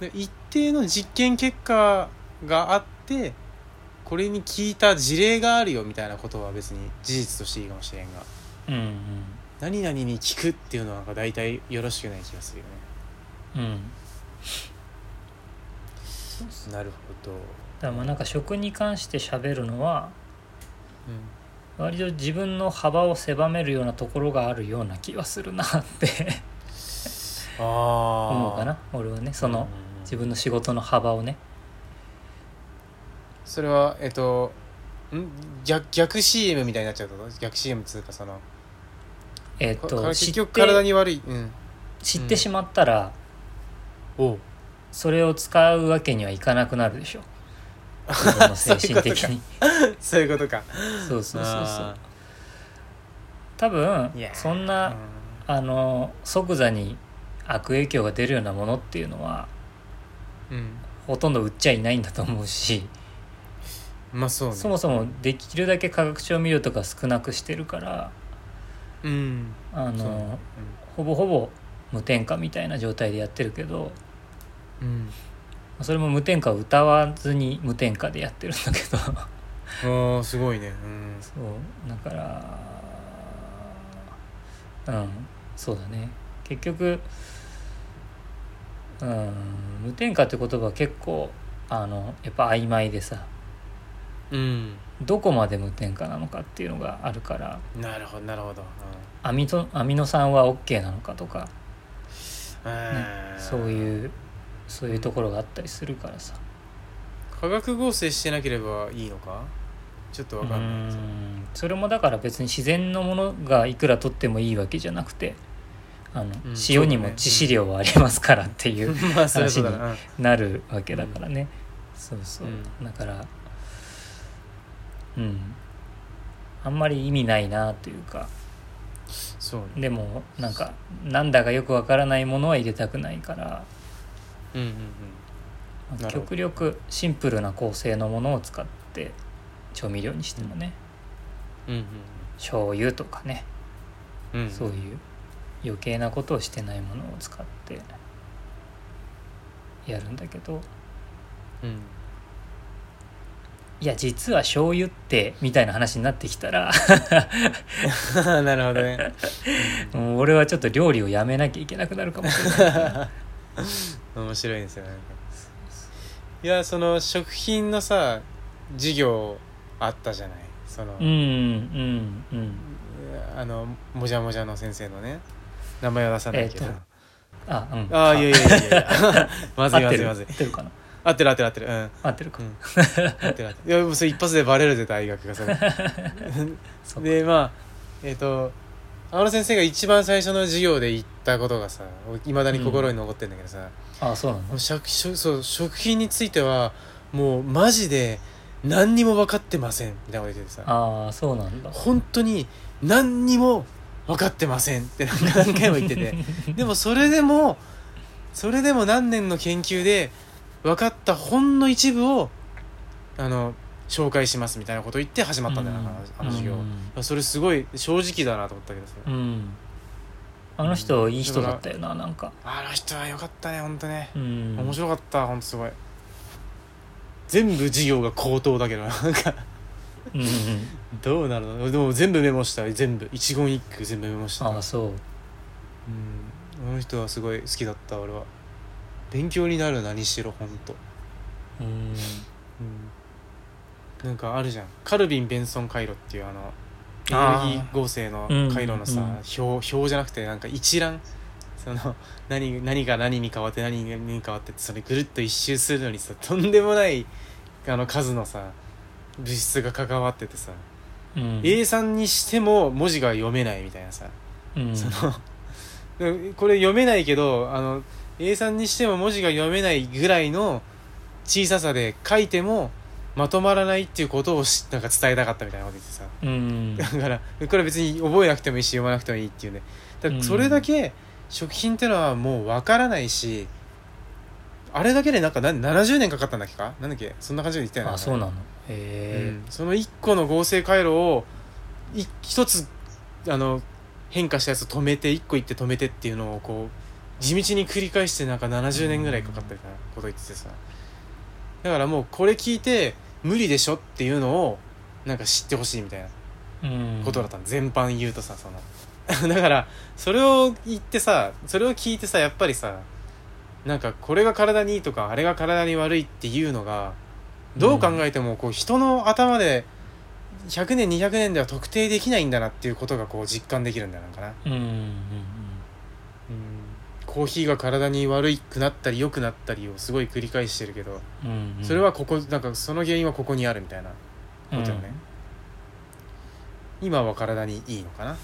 [SPEAKER 1] で一定の実験結果があってこれに聞いた事例があるよみたいなことは別に事実としていいかもしれんが
[SPEAKER 2] うん
[SPEAKER 1] 何々に聞くっていうのはなんか大体よろしくない気がするよね
[SPEAKER 2] うんうん
[SPEAKER 1] なるほど、
[SPEAKER 2] だからまあなんか食に関して喋るのは割と自分の幅を狭めるようなところがあるような気はするなって
[SPEAKER 1] ああ
[SPEAKER 2] 思うかな俺はねその
[SPEAKER 1] うん
[SPEAKER 2] 自分の仕事の幅をね
[SPEAKER 1] それはえっとん逆逆 CM みたいになっちゃうってこと逆 CM つうかその、
[SPEAKER 2] えっ
[SPEAKER 1] か
[SPEAKER 2] と知
[SPEAKER 1] 結
[SPEAKER 2] っ
[SPEAKER 1] 局体
[SPEAKER 2] て
[SPEAKER 1] に悪いうん
[SPEAKER 2] 知ってしまったら
[SPEAKER 1] おう
[SPEAKER 2] それを使うわけにはいかなくなるでしょ自分の精
[SPEAKER 1] [LAUGHS]
[SPEAKER 2] 神的に
[SPEAKER 1] [LAUGHS] そういうことか
[SPEAKER 2] そうそうそうそう
[SPEAKER 1] あ
[SPEAKER 2] 多分
[SPEAKER 1] ーいやー
[SPEAKER 2] そん
[SPEAKER 1] う
[SPEAKER 2] なんあの即座に悪影響が出るようなものっていうのは
[SPEAKER 1] うん
[SPEAKER 2] ほとんど売っちゃいないんだと思うし
[SPEAKER 1] まあそうね
[SPEAKER 2] そもそもできるだけ化学調味料とか少なくしてるから
[SPEAKER 1] うん
[SPEAKER 2] あ
[SPEAKER 1] そうね
[SPEAKER 2] のほぼほぼ無添加みたいな状態でやってるけど
[SPEAKER 1] うん
[SPEAKER 2] それも無添加を歌わずに無添加でやってるんだけどそ
[SPEAKER 1] ああすごいねうん
[SPEAKER 2] うだからうんそうだね結局うん無添加って言葉は結構あのやっぱ曖昧でさ
[SPEAKER 1] うん
[SPEAKER 2] どこまで無添加なのかっていうのがあるから
[SPEAKER 1] なるほどなるほど、
[SPEAKER 2] アミノアミノ酸は OK なのかとか
[SPEAKER 1] うん
[SPEAKER 2] ね
[SPEAKER 1] う、ん
[SPEAKER 2] そういうそういうところがあったりするからさ
[SPEAKER 1] 化学合成してなければいいのかちょっとわかんないです
[SPEAKER 2] うーんそれもだから別に自然のものがいくら取ってもいいわけじゃなくてあの、
[SPEAKER 1] うん
[SPEAKER 2] 塩にも致死量はありますからっていう
[SPEAKER 1] [LAUGHS] まあそういうことだな
[SPEAKER 2] なるわけだからね、そうそう、
[SPEAKER 1] う
[SPEAKER 2] だからうんあんまり意味ないなというか
[SPEAKER 1] そうね
[SPEAKER 2] でもなんかなんだかよくわからないものは入れたくないから、
[SPEAKER 1] うんうん
[SPEAKER 2] まあ
[SPEAKER 1] なるほど
[SPEAKER 2] 極力シンプルな構成のものを使って調味料にしてもね、
[SPEAKER 1] うんうん
[SPEAKER 2] 醤油とかね
[SPEAKER 1] うんうん
[SPEAKER 2] そういう余計なことをしてないものを使ってやるんだけど
[SPEAKER 1] うん [LAUGHS]
[SPEAKER 2] いや実は醤油ってみたいな話になってきたら
[SPEAKER 1] なるほどね
[SPEAKER 2] もう俺はちょっと料理をやめなきゃいけなくなるかもしれない
[SPEAKER 1] 面白いですよねいやその食品のさ事業あったじゃないその、
[SPEAKER 2] うんうんうん
[SPEAKER 1] あのもじゃもじゃの先生のね名前は出さないけど、
[SPEAKER 2] えっあうん
[SPEAKER 1] ああいやいやいやい [LAUGHS] やまずい
[SPEAKER 2] 合
[SPEAKER 1] ま
[SPEAKER 2] って
[SPEAKER 1] ずい
[SPEAKER 2] る
[SPEAKER 1] ま
[SPEAKER 2] 合っ
[SPEAKER 1] ずい
[SPEAKER 2] てるかな
[SPEAKER 1] 合ってる合ってる合ってる [LAUGHS] うん
[SPEAKER 2] 合ってるか、
[SPEAKER 1] うん合ってる合ってるいやもうそれ一発でバレるぜ大学が [LAUGHS] それ
[SPEAKER 2] そうか
[SPEAKER 1] でまあえっ、とあの先生が一番最初の授業で言ったことがさいまだに心に残ってるんだけどさ、
[SPEAKER 2] あそうなの
[SPEAKER 1] もう食食そう食品についてはもうマジで何にも分かってませんみたいなこと言っててさ
[SPEAKER 2] ああそうなんだ
[SPEAKER 1] 本当に何にも分かってませんってなんか何回も言っててでもそれでもそれでも何年の研究で分かったほんの一部をあの紹介しますみたいなことを言って始まったんだよな、あのあの授業、
[SPEAKER 2] う
[SPEAKER 1] い
[SPEAKER 2] ん
[SPEAKER 1] やそれすごい正直だなと思ったけどさ、
[SPEAKER 2] うんあの人いい人だったよななんか
[SPEAKER 1] あの人は良かったねほんとね
[SPEAKER 2] うん
[SPEAKER 1] 面白かったほんとすごい全部授業が口頭だけどなんか
[SPEAKER 2] うんうんうん
[SPEAKER 1] どうなるのでも全部メモした全部一言一句全部メモした
[SPEAKER 2] ああそう
[SPEAKER 1] うんあの人はすごい好きだった俺は勉強になる何しろほんと、
[SPEAKER 2] うん
[SPEAKER 1] うん、なんかあるじゃんカルビン・ベンソン回路っていうあの
[SPEAKER 2] あ
[SPEAKER 1] エ
[SPEAKER 2] ー
[SPEAKER 1] ネルギー合成の
[SPEAKER 2] うん
[SPEAKER 1] 回路のさ、
[SPEAKER 2] うん
[SPEAKER 1] 表表じゃなくてなんか一覧その何何が何に変わって何が何に変わってってそれぐるっと一周するのにさとんでもないあの数のさ物質が関わっててさ、
[SPEAKER 2] うん、
[SPEAKER 1] A さんにしても文字が読めないみたいなさ、
[SPEAKER 2] うん、
[SPEAKER 1] その [LAUGHS] でこれ読めないけどあの A さんにしても文字が読めないぐらいの小ささで書いてもまとまらないっていうことをしなんか伝えたかったみたいなこと言ってさ
[SPEAKER 2] うん、
[SPEAKER 1] だからこれ別に覚えなくてもいいし読まなくてもいいっていうねだか
[SPEAKER 2] うん
[SPEAKER 1] らそれだけ食品ってのはもうわからないしあれだけでなんかな70年かかったんだっけかなんだっけそんな感じで言ってたよ
[SPEAKER 2] あそうなの
[SPEAKER 1] う
[SPEAKER 2] へ
[SPEAKER 1] んその1個の合成回路をい一つあの変化したやつを止めて1個いって止めてっていうのをこう地道に繰り返してなんか70年ぐらいかかったみたいなこと言っててさだからもうこれ聞いて無理でしょっていうのをなんか知ってほしいみたいな
[SPEAKER 2] え、うん、
[SPEAKER 1] ことだったの、全般言うとさその [LAUGHS] だからそれを言ってさそれを聞いてさやっぱりさなんかこれが体にいいとかあれが体に悪いっていうのがどう考えてもこう人の頭で100年200年では特定できないんだなっていうことがこう実感できるんだよなんかな、
[SPEAKER 2] うんうん
[SPEAKER 1] コーヒーが体に悪くなったり良くなったりをすごい繰り返してるけど
[SPEAKER 2] うんうん
[SPEAKER 1] それはここなんかその原因はここにあるみたいなことよね、今は体にいいのかな、うん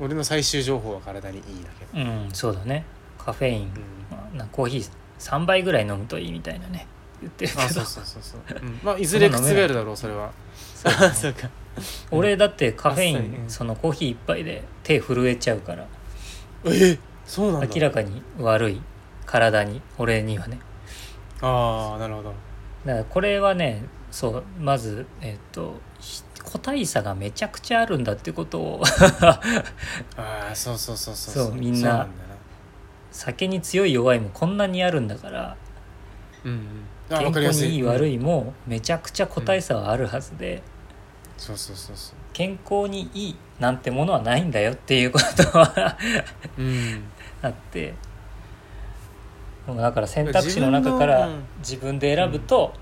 [SPEAKER 1] 俺の最終情報は体にいいだけど、
[SPEAKER 2] うん、うんそうだねカフェイ
[SPEAKER 1] う
[SPEAKER 2] ン、
[SPEAKER 1] ん
[SPEAKER 2] まあ、なコーヒー3杯ぐらい飲むといいみたいなね言ってるけど
[SPEAKER 1] あそうそうそうそう、うんまあいずれ覆るだろうそれは
[SPEAKER 2] [LAUGHS] そうだね
[SPEAKER 1] そうか
[SPEAKER 2] 俺だってカフェイ
[SPEAKER 1] あっさり
[SPEAKER 2] ン
[SPEAKER 1] ね
[SPEAKER 2] そのコーヒー一杯で手震えちゃうから
[SPEAKER 1] えそうなんだ
[SPEAKER 2] 明らかに悪い体に俺にはね
[SPEAKER 1] ああなるほど
[SPEAKER 2] だからこれはねそうまずえっとひ個体差がめちゃくちゃあるんだってことを [LAUGHS]
[SPEAKER 1] ああそうそうそうそう
[SPEAKER 2] そうみんな
[SPEAKER 1] そうなんだよな
[SPEAKER 2] 酒に強い弱いもこんなにあるんだから
[SPEAKER 1] うんうんあわか
[SPEAKER 2] 健
[SPEAKER 1] りや
[SPEAKER 2] 康
[SPEAKER 1] す
[SPEAKER 2] にい
[SPEAKER 1] い
[SPEAKER 2] い悪
[SPEAKER 1] い
[SPEAKER 2] いもめちゃくちゃ個体差はあるはずで、
[SPEAKER 1] そうそうそうそ
[SPEAKER 2] 健康にいいなんてものはないんだよっていうことは
[SPEAKER 1] ううん
[SPEAKER 2] あってもうだから選択肢の中から自分で選ぶと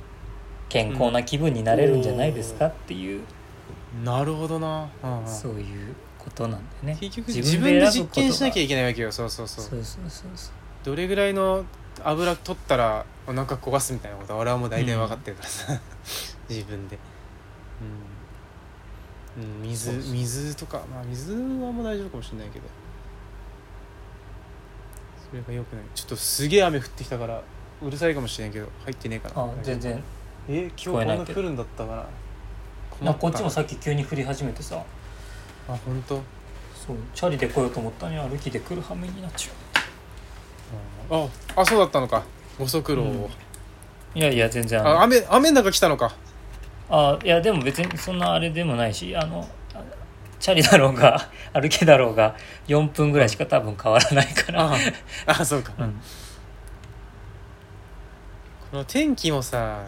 [SPEAKER 2] 健康な気分になれるんじゃないですかっていう、
[SPEAKER 1] なるほどな、うんうん
[SPEAKER 2] そういうことなんでね
[SPEAKER 1] 結局自分で
[SPEAKER 2] 選ぶ
[SPEAKER 1] 実
[SPEAKER 2] ことが
[SPEAKER 1] 験しなきゃいけないわけよそうそうそう
[SPEAKER 2] そうそうそうそう
[SPEAKER 1] どれぐらいの油取ったらお腹焦がすみたいなことは俺はもう大体分かってるからさ、自分でうん、うん、水
[SPEAKER 2] そうそう
[SPEAKER 1] 水とかまあ水はもう大丈夫かもしれないけどそれがよくないちょっとすげえ雨降ってきたからうるさいかもしれんけど入ってねえかな
[SPEAKER 2] あ全然
[SPEAKER 1] え
[SPEAKER 2] 聞
[SPEAKER 1] 今
[SPEAKER 2] こ
[SPEAKER 1] 日こ
[SPEAKER 2] えなんい
[SPEAKER 1] な
[SPEAKER 2] けど
[SPEAKER 1] 来るんだったから
[SPEAKER 2] なんかこっちもさ
[SPEAKER 1] っ
[SPEAKER 2] っき急に降り始めてさ
[SPEAKER 1] あ本当。
[SPEAKER 2] そうチャリで来ようと思ったのに歩きで来る羽目になっちゃ
[SPEAKER 1] ああそうだったのかご足労を、
[SPEAKER 2] ういやいや全然あの
[SPEAKER 1] あ雨雨の中来たのか
[SPEAKER 2] あいやでも別にそんなあれでもないしあのあチャリだろうが歩きだろうが4分ぐらいしか多分変わらないから
[SPEAKER 1] あ [LAUGHS] あそうか、
[SPEAKER 2] うん
[SPEAKER 1] この天気もさ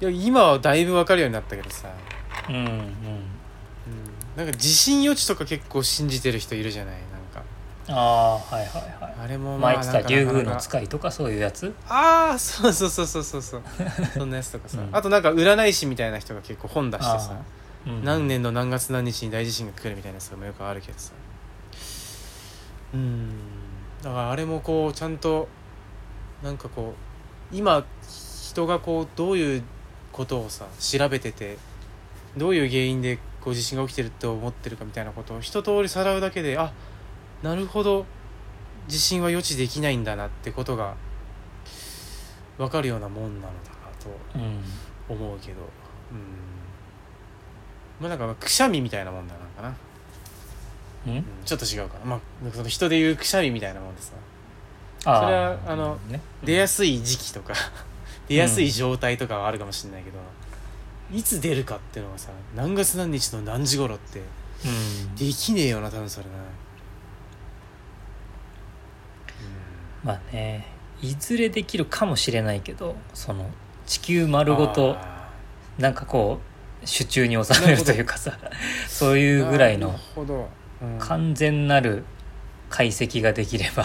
[SPEAKER 1] いや今はだいぶ分かるようになったけどさ、
[SPEAKER 2] うんうん
[SPEAKER 1] うん、なんか地震予知とか結構信じてる人いるじゃないなんか
[SPEAKER 2] ああはいはいは
[SPEAKER 1] あれ
[SPEAKER 2] い
[SPEAKER 1] もまあ
[SPEAKER 2] 前言
[SPEAKER 1] なんかな
[SPEAKER 2] ってた
[SPEAKER 1] か
[SPEAKER 2] 竜
[SPEAKER 1] なか
[SPEAKER 2] 宮の使いとかそういうやつ
[SPEAKER 1] ああそうそうそうそうそうそうそんなやつとかさ、
[SPEAKER 2] うん
[SPEAKER 1] あとなんか占い師みたいな人が結構本出してさ
[SPEAKER 2] あー、うん
[SPEAKER 1] 何年の何月何日に大地震が来るみたいなやつもよくあるけどさうんだからあれもこうちゃんとなんかこう今人がこうどういうことをさ調べててどういう原因でこう地震が起きてると思ってるかみたいなことを一通りさらうだけであなるほど地震は予知できないんだなってことが分かるようなもんなのだなと
[SPEAKER 2] うん
[SPEAKER 1] 思うけどうんまあなんかまあくしゃみみたいなもんだなんかな、うん
[SPEAKER 2] うん
[SPEAKER 1] ちょっと違うかなまあなんかその人でいうくしゃみみたいなもんです
[SPEAKER 2] あー
[SPEAKER 1] それはあの
[SPEAKER 2] ね
[SPEAKER 1] 出やすい時期とか出やすい状態とかはあるかもしれないけど、いつ出るかっていうのがさ何月何日の何時頃って
[SPEAKER 2] うん
[SPEAKER 1] できねえよな多分それな、うん、
[SPEAKER 2] まあねいずれできるかもしれないけどその地球丸ごと
[SPEAKER 1] あ
[SPEAKER 2] なんかこう手中に収めるというかさそういう
[SPEAKER 1] ー
[SPEAKER 2] ぐらい
[SPEAKER 1] な
[SPEAKER 2] の
[SPEAKER 1] るほど、うん
[SPEAKER 2] 完全なる解析ができれば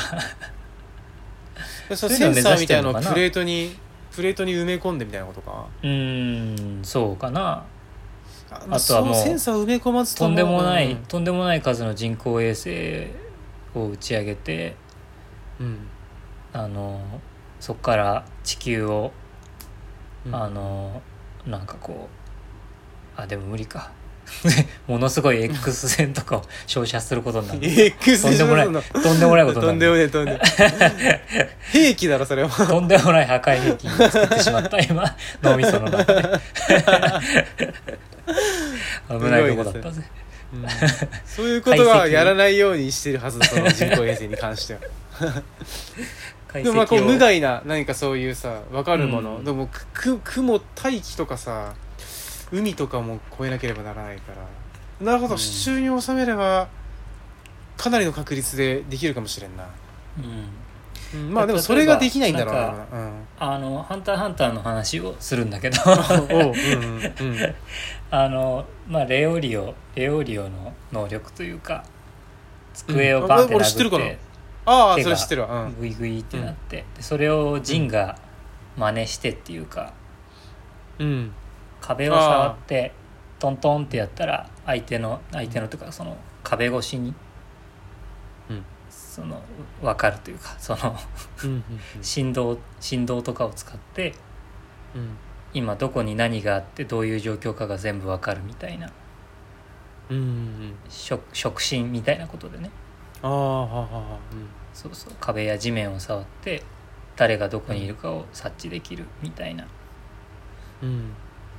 [SPEAKER 1] でその
[SPEAKER 2] そうい
[SPEAKER 1] セ
[SPEAKER 2] うのを
[SPEAKER 1] ン
[SPEAKER 2] 目
[SPEAKER 1] サー
[SPEAKER 2] 指
[SPEAKER 1] み
[SPEAKER 2] した
[SPEAKER 1] い
[SPEAKER 2] てん
[SPEAKER 1] の
[SPEAKER 2] の
[SPEAKER 1] を
[SPEAKER 2] かな
[SPEAKER 1] プレートにプレートに埋め込んでみたいなことか
[SPEAKER 2] うーんそうかな
[SPEAKER 1] あ
[SPEAKER 2] あとはもう
[SPEAKER 1] そのセンサーを埋め込まず
[SPEAKER 2] とんでもない、
[SPEAKER 1] うん
[SPEAKER 2] とんでもない数の人工衛星を打ち上げて
[SPEAKER 1] うん
[SPEAKER 2] あのそこから地球を、
[SPEAKER 1] うん
[SPEAKER 2] あのなんかこうあでも無理か [LAUGHS] ものすごい X 線とかを照射することになる
[SPEAKER 1] X
[SPEAKER 2] とんでもないとんでもないこと
[SPEAKER 1] とん
[SPEAKER 2] に
[SPEAKER 1] で
[SPEAKER 2] な
[SPEAKER 1] も
[SPEAKER 2] る
[SPEAKER 1] ないとんでもない
[SPEAKER 2] [LAUGHS]
[SPEAKER 1] 兵器だろそれは
[SPEAKER 2] とんでもない破 [LAUGHS] 壊兵器を作ってしまった今脳みその中
[SPEAKER 1] [LAUGHS]
[SPEAKER 2] で危ないとこだったぜ
[SPEAKER 1] うんそういうこと
[SPEAKER 2] 解
[SPEAKER 1] は
[SPEAKER 2] 析
[SPEAKER 1] やらないようにしてるはずそ
[SPEAKER 2] [LAUGHS]
[SPEAKER 1] の人工衛星に関しては
[SPEAKER 2] 解
[SPEAKER 1] で
[SPEAKER 2] 析
[SPEAKER 1] もまあこう
[SPEAKER 2] を
[SPEAKER 1] 無害な何かそういうさ分かるもの、
[SPEAKER 2] うん
[SPEAKER 1] でもくく雲大気とかさ海とかも越えなければならないからなるほど、
[SPEAKER 2] うん
[SPEAKER 1] 手中に収めればかなりの確率でできるかもしれんな、
[SPEAKER 2] うん
[SPEAKER 1] うんまあでもそれができないんだろうな
[SPEAKER 2] 例えばあの「ハンターハンター」の話をするんだ
[SPEAKER 1] [LAUGHS]
[SPEAKER 2] けど
[SPEAKER 1] うんおううんうんうん
[SPEAKER 2] あの、まあ、レオリオレオリオの能力というか机をバンって
[SPEAKER 1] うんあ俺知ってるか
[SPEAKER 2] 殴
[SPEAKER 1] な
[SPEAKER 2] って
[SPEAKER 1] ああ
[SPEAKER 2] 手
[SPEAKER 1] そ
[SPEAKER 2] が
[SPEAKER 1] れ知ってるわうん
[SPEAKER 2] グイグイってなって、でそれをジンが真似してっていうか
[SPEAKER 1] うん
[SPEAKER 2] 壁を触ってトントンってやったら相手の相手のというかその壁越しに、
[SPEAKER 1] うん
[SPEAKER 2] その分かるというかその
[SPEAKER 1] うんうん
[SPEAKER 2] 振動振動とかを使って
[SPEAKER 1] うん
[SPEAKER 2] 今どこに何があってどういう状況かが全部わかるみたいな
[SPEAKER 1] うんうん
[SPEAKER 2] 触触診みたいなことでね
[SPEAKER 1] ああはあはあはあうん
[SPEAKER 2] そうそう壁や地面を触って誰がどこにいるかを察知できるみたいな
[SPEAKER 1] うん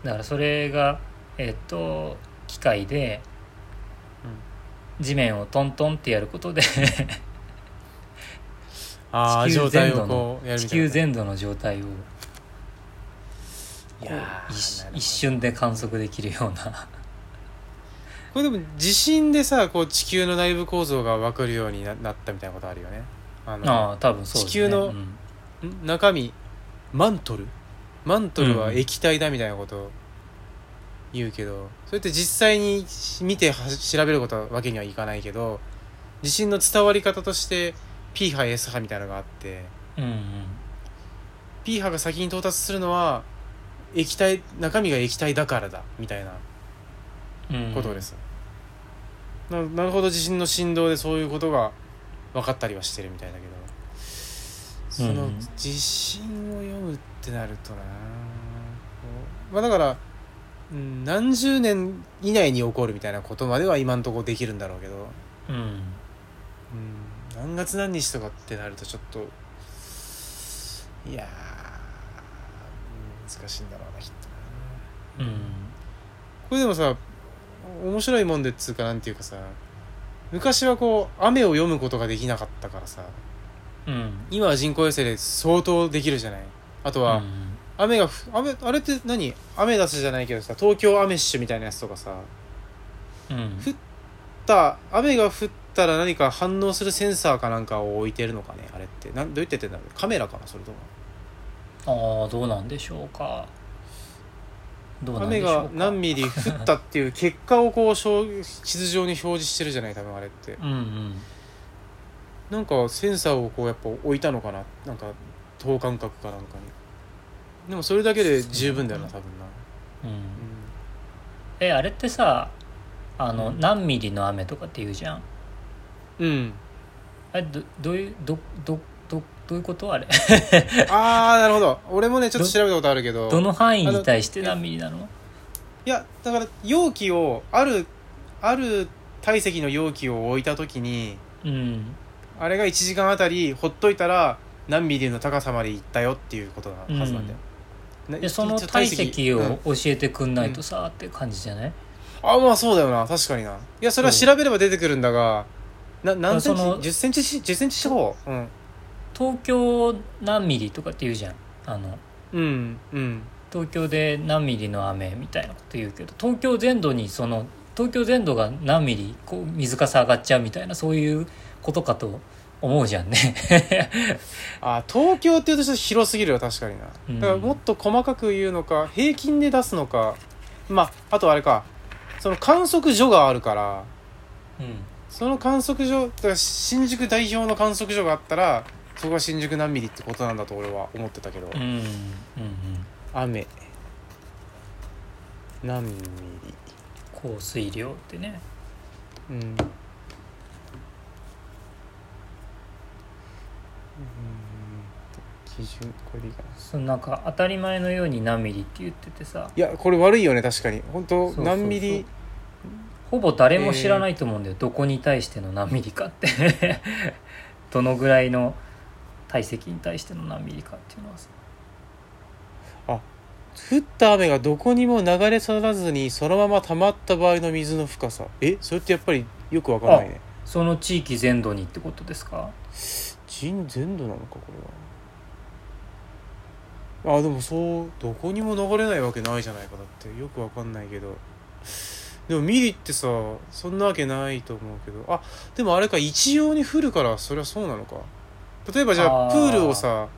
[SPEAKER 2] だからそれがえっと機械で地面をトントンってやることで
[SPEAKER 1] ああ
[SPEAKER 2] 地球
[SPEAKER 1] 状
[SPEAKER 2] 全
[SPEAKER 1] 態
[SPEAKER 2] 土
[SPEAKER 1] を
[SPEAKER 2] の
[SPEAKER 1] こうやる
[SPEAKER 2] 地
[SPEAKER 1] みたいな
[SPEAKER 2] 球全土の状態を
[SPEAKER 1] いやー
[SPEAKER 2] 一
[SPEAKER 1] なるほど
[SPEAKER 2] 一瞬で観測できるような
[SPEAKER 1] これでも地震でさこう地球の内部構造が分かるようにななったみたいなことあるよねあの
[SPEAKER 2] ああ多分そうですね
[SPEAKER 1] 地球の
[SPEAKER 2] うん
[SPEAKER 1] ん中身マントルマントルは液体だみたいなことを言うけど、それって実際に見ては調べることはわけにはいかないけど地震の伝わり方として P 波 S 波みたいなのがあって
[SPEAKER 2] うんうん
[SPEAKER 1] P 波が先に到達するのは液体中身が液体だからだみたいな
[SPEAKER 2] うん
[SPEAKER 1] ことです、ななるほど地震の振動でそういうことが分かったりはしてるみたいだけどその
[SPEAKER 2] うん
[SPEAKER 1] 地震を読むってなるとな、こうまあだからうん何十年以内に起こるみたいなことまでは今のところできるんだろうけど、う
[SPEAKER 2] うん
[SPEAKER 1] ん、何月何日とかってなるとちょっといやーうん難しいんだろうなきっとな
[SPEAKER 2] うん
[SPEAKER 1] これでもさ面白いもんでっつうかなんていうかさ昔はこう雨を読むことができなかったからさ
[SPEAKER 2] うん
[SPEAKER 1] 今は人工衛星で相当できるじゃないあとは、
[SPEAKER 2] うん
[SPEAKER 1] 雨がふ雨あれって何雨出すじゃないけどさ東京雨ッシュみたいなやつとかさ
[SPEAKER 2] うん
[SPEAKER 1] ふた雨が降ったら何か反応するセンサーかなんかを置いてるのかねあれってなんどうやってやってんだろうカメラかなそれとも
[SPEAKER 2] ああどうなんでしょうかどうなんで
[SPEAKER 1] 雨
[SPEAKER 2] しょう
[SPEAKER 1] が
[SPEAKER 2] か
[SPEAKER 1] 何ミリ降ったっていう結果をこうしょう地図上に表示してるじゃない多分あれって
[SPEAKER 2] うんうん
[SPEAKER 1] なんかセンサーをこうやっぱ置いたのかななんか等間隔かなんかにでもそれだけで十分だよな多分な、
[SPEAKER 2] うんえあれってさあの、
[SPEAKER 1] うん
[SPEAKER 2] 何ミリの雨とかって言うじゃん
[SPEAKER 1] うん、うん、
[SPEAKER 2] あれどどういうどどどどういうことあれ
[SPEAKER 1] ああなるほど俺もねちょっと調べたことあるけど
[SPEAKER 2] どの範囲に対して何ミリなの
[SPEAKER 1] いやだから容器をあるある体積の容器を置いた時に
[SPEAKER 2] うん
[SPEAKER 1] あれが1時間あたりほっといたら何ミリの高さまで行ったよっていうことなはずなんだよ、な
[SPEAKER 2] でその体積
[SPEAKER 1] うん
[SPEAKER 2] を教えてくんないとさ、って感じじゃない
[SPEAKER 1] あまあそうだよな確かにないやそれは調べれば出てくるんだが、な何センチ
[SPEAKER 2] その
[SPEAKER 1] 10センチし10センチ四方うん
[SPEAKER 2] 東京何ミリとかって言うじゃんあの
[SPEAKER 1] うんうん
[SPEAKER 2] 東京で何ミリの雨みたいなこと言うけど東京全土にその東京全土が何ミリこう水かさ上がっちゃうみたいなそういうことかと思うじゃんね
[SPEAKER 1] あ東京っていうとちょっと広すぎるよ確かにな、
[SPEAKER 2] うん
[SPEAKER 1] だからもっと細かく言うのか平均で出すのかまああとあれかその観測所があるから
[SPEAKER 2] うん
[SPEAKER 1] その観測所だから新宿代表の観測所があったらそこが新宿何ミリってことなんだと俺は思ってたけど、
[SPEAKER 2] うんうん
[SPEAKER 1] 雨何ミリ
[SPEAKER 2] うん降水量ってね
[SPEAKER 1] うん、うん、基準これでいいかな
[SPEAKER 2] そのなんか当たり前のように何ミリって言っててさ
[SPEAKER 1] いやこれ悪いよね確かに本当
[SPEAKER 2] そうそうそう
[SPEAKER 1] 何ミリ
[SPEAKER 2] ほぼ誰も知らないと思うんだよ、どこに対しての何ミリかって [LAUGHS] どのぐらいの体積に対しての何ミリかっていうのはさ
[SPEAKER 1] 降った雨がどこにも流れ去らずにそのまま溜まった場合の水の深さえそれってやっぱりよくわかんないね
[SPEAKER 2] その地域全土にってことですか
[SPEAKER 1] 人全土なのかこれはあでもそうどこにも流れないわけないじゃないかだってよくわかんないけどでもミリってさそんなわけないと思うけどあでもあれか一様に降るからそりゃそうなのか例えばじゃ
[SPEAKER 2] あ
[SPEAKER 1] あ
[SPEAKER 2] ー
[SPEAKER 1] プールをさ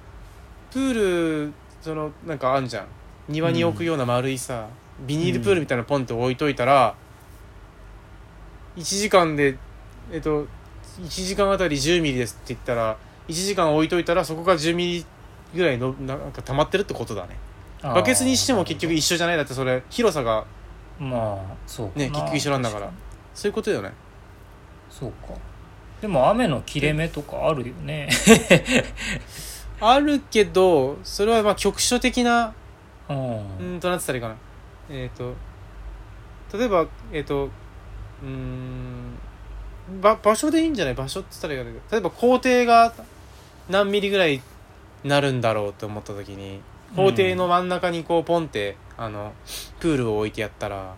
[SPEAKER 1] プールそのなんかあんじゃん庭に置くような丸いさ、ビニールプールみたいなのポンって置いといたら、1時間でえっと1時間あたり10ミリですって言ったら1時間置いといたらそこが10ミリぐらいのなんか溜まってるってことだねバケツにしても結局一緒じゃないだってそれ広さが
[SPEAKER 2] あーまあそうかな
[SPEAKER 1] ね結局一緒なんだから
[SPEAKER 2] 確に
[SPEAKER 1] そういうことだよね
[SPEAKER 2] そうかでも雨の切れ目とかあるよね
[SPEAKER 1] あるけどそれはまあ局所的な
[SPEAKER 2] う
[SPEAKER 1] うんーんとなってたらいいかなえっ、と例えばえっ、とうーんば場所でいいんじゃない場所って言ったらいいかな例えば校庭が何ミリぐらいなるんだろうって思った時に校庭の真ん中にこうポンって、あのプールを置いてやったら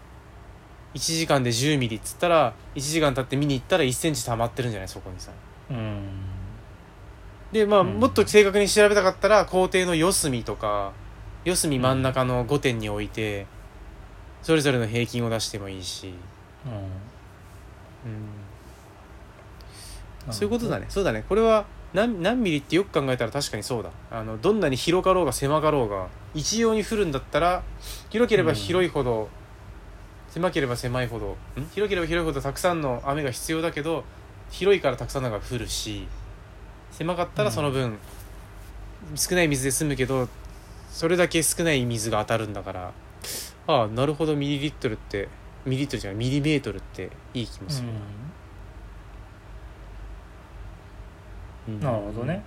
[SPEAKER 1] 1時間で10ミリっつったら1時間経って見に行ったら1センチ溜まってるんじゃないそこにさ
[SPEAKER 2] うん
[SPEAKER 1] でまあ、
[SPEAKER 2] うん
[SPEAKER 1] もっと正確に調べたかったら校庭の四隅とか四隅真ん中の5点に置いてそれぞれの平均を出してもいいし、
[SPEAKER 2] う
[SPEAKER 1] うん
[SPEAKER 2] ん
[SPEAKER 1] そういうことだねそうだねこれは何何ミリってよく考えたら確かにそうだあのどんなに広かろうが狭かろうが一様に降るんだったら広ければ広いほど、狭ければ狭いほどん広ければ広いほどたくさんの雨が必要だけど広いからたくさんのが降るし狭かったらその分、少ない水で済むけどそれだけ少ない水が当たるんだからああなるほどミリリットルってミリリットルじゃないミリメートルっていい気もするな、う
[SPEAKER 2] うん
[SPEAKER 1] ん
[SPEAKER 2] なるほどね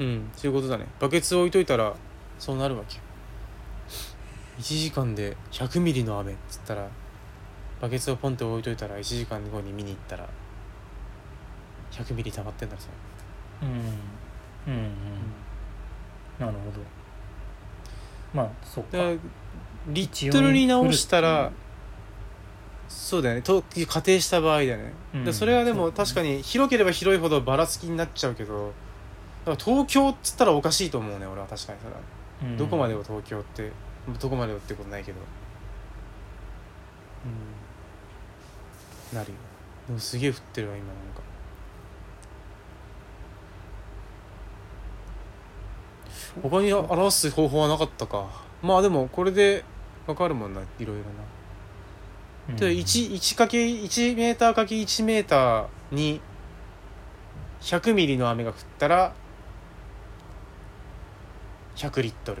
[SPEAKER 1] うんそういうことだねバケツを置いといたらそうなるわけ1時間で100ミリの雨っつったらバケツをポンって置いといたら1時間後に見に行ったら100ミリ溜まってんだろそれ
[SPEAKER 2] うんうんうんなるほどまあそっか
[SPEAKER 1] だからリットルに直したら
[SPEAKER 2] 一応来るって
[SPEAKER 1] そうだよねと仮定した場合だよね、
[SPEAKER 2] うん
[SPEAKER 1] でそれはでも
[SPEAKER 2] そうだね
[SPEAKER 1] 確かに広ければ広いほどばらつきになっちゃうけどだから東京っつったらおかしいと思うね俺は確かにそれは
[SPEAKER 2] うん
[SPEAKER 1] どこまでを東京ってどこまでをってことないけどうんなるよでもすげえ降ってるわ今なんか他に表す方法はなかったかまあでもこれでわかるもんないろいろな
[SPEAKER 2] うん
[SPEAKER 1] で 1, 1, かけ1メーターかけ1メーターに100ミリの雨が降ったら100リットルっ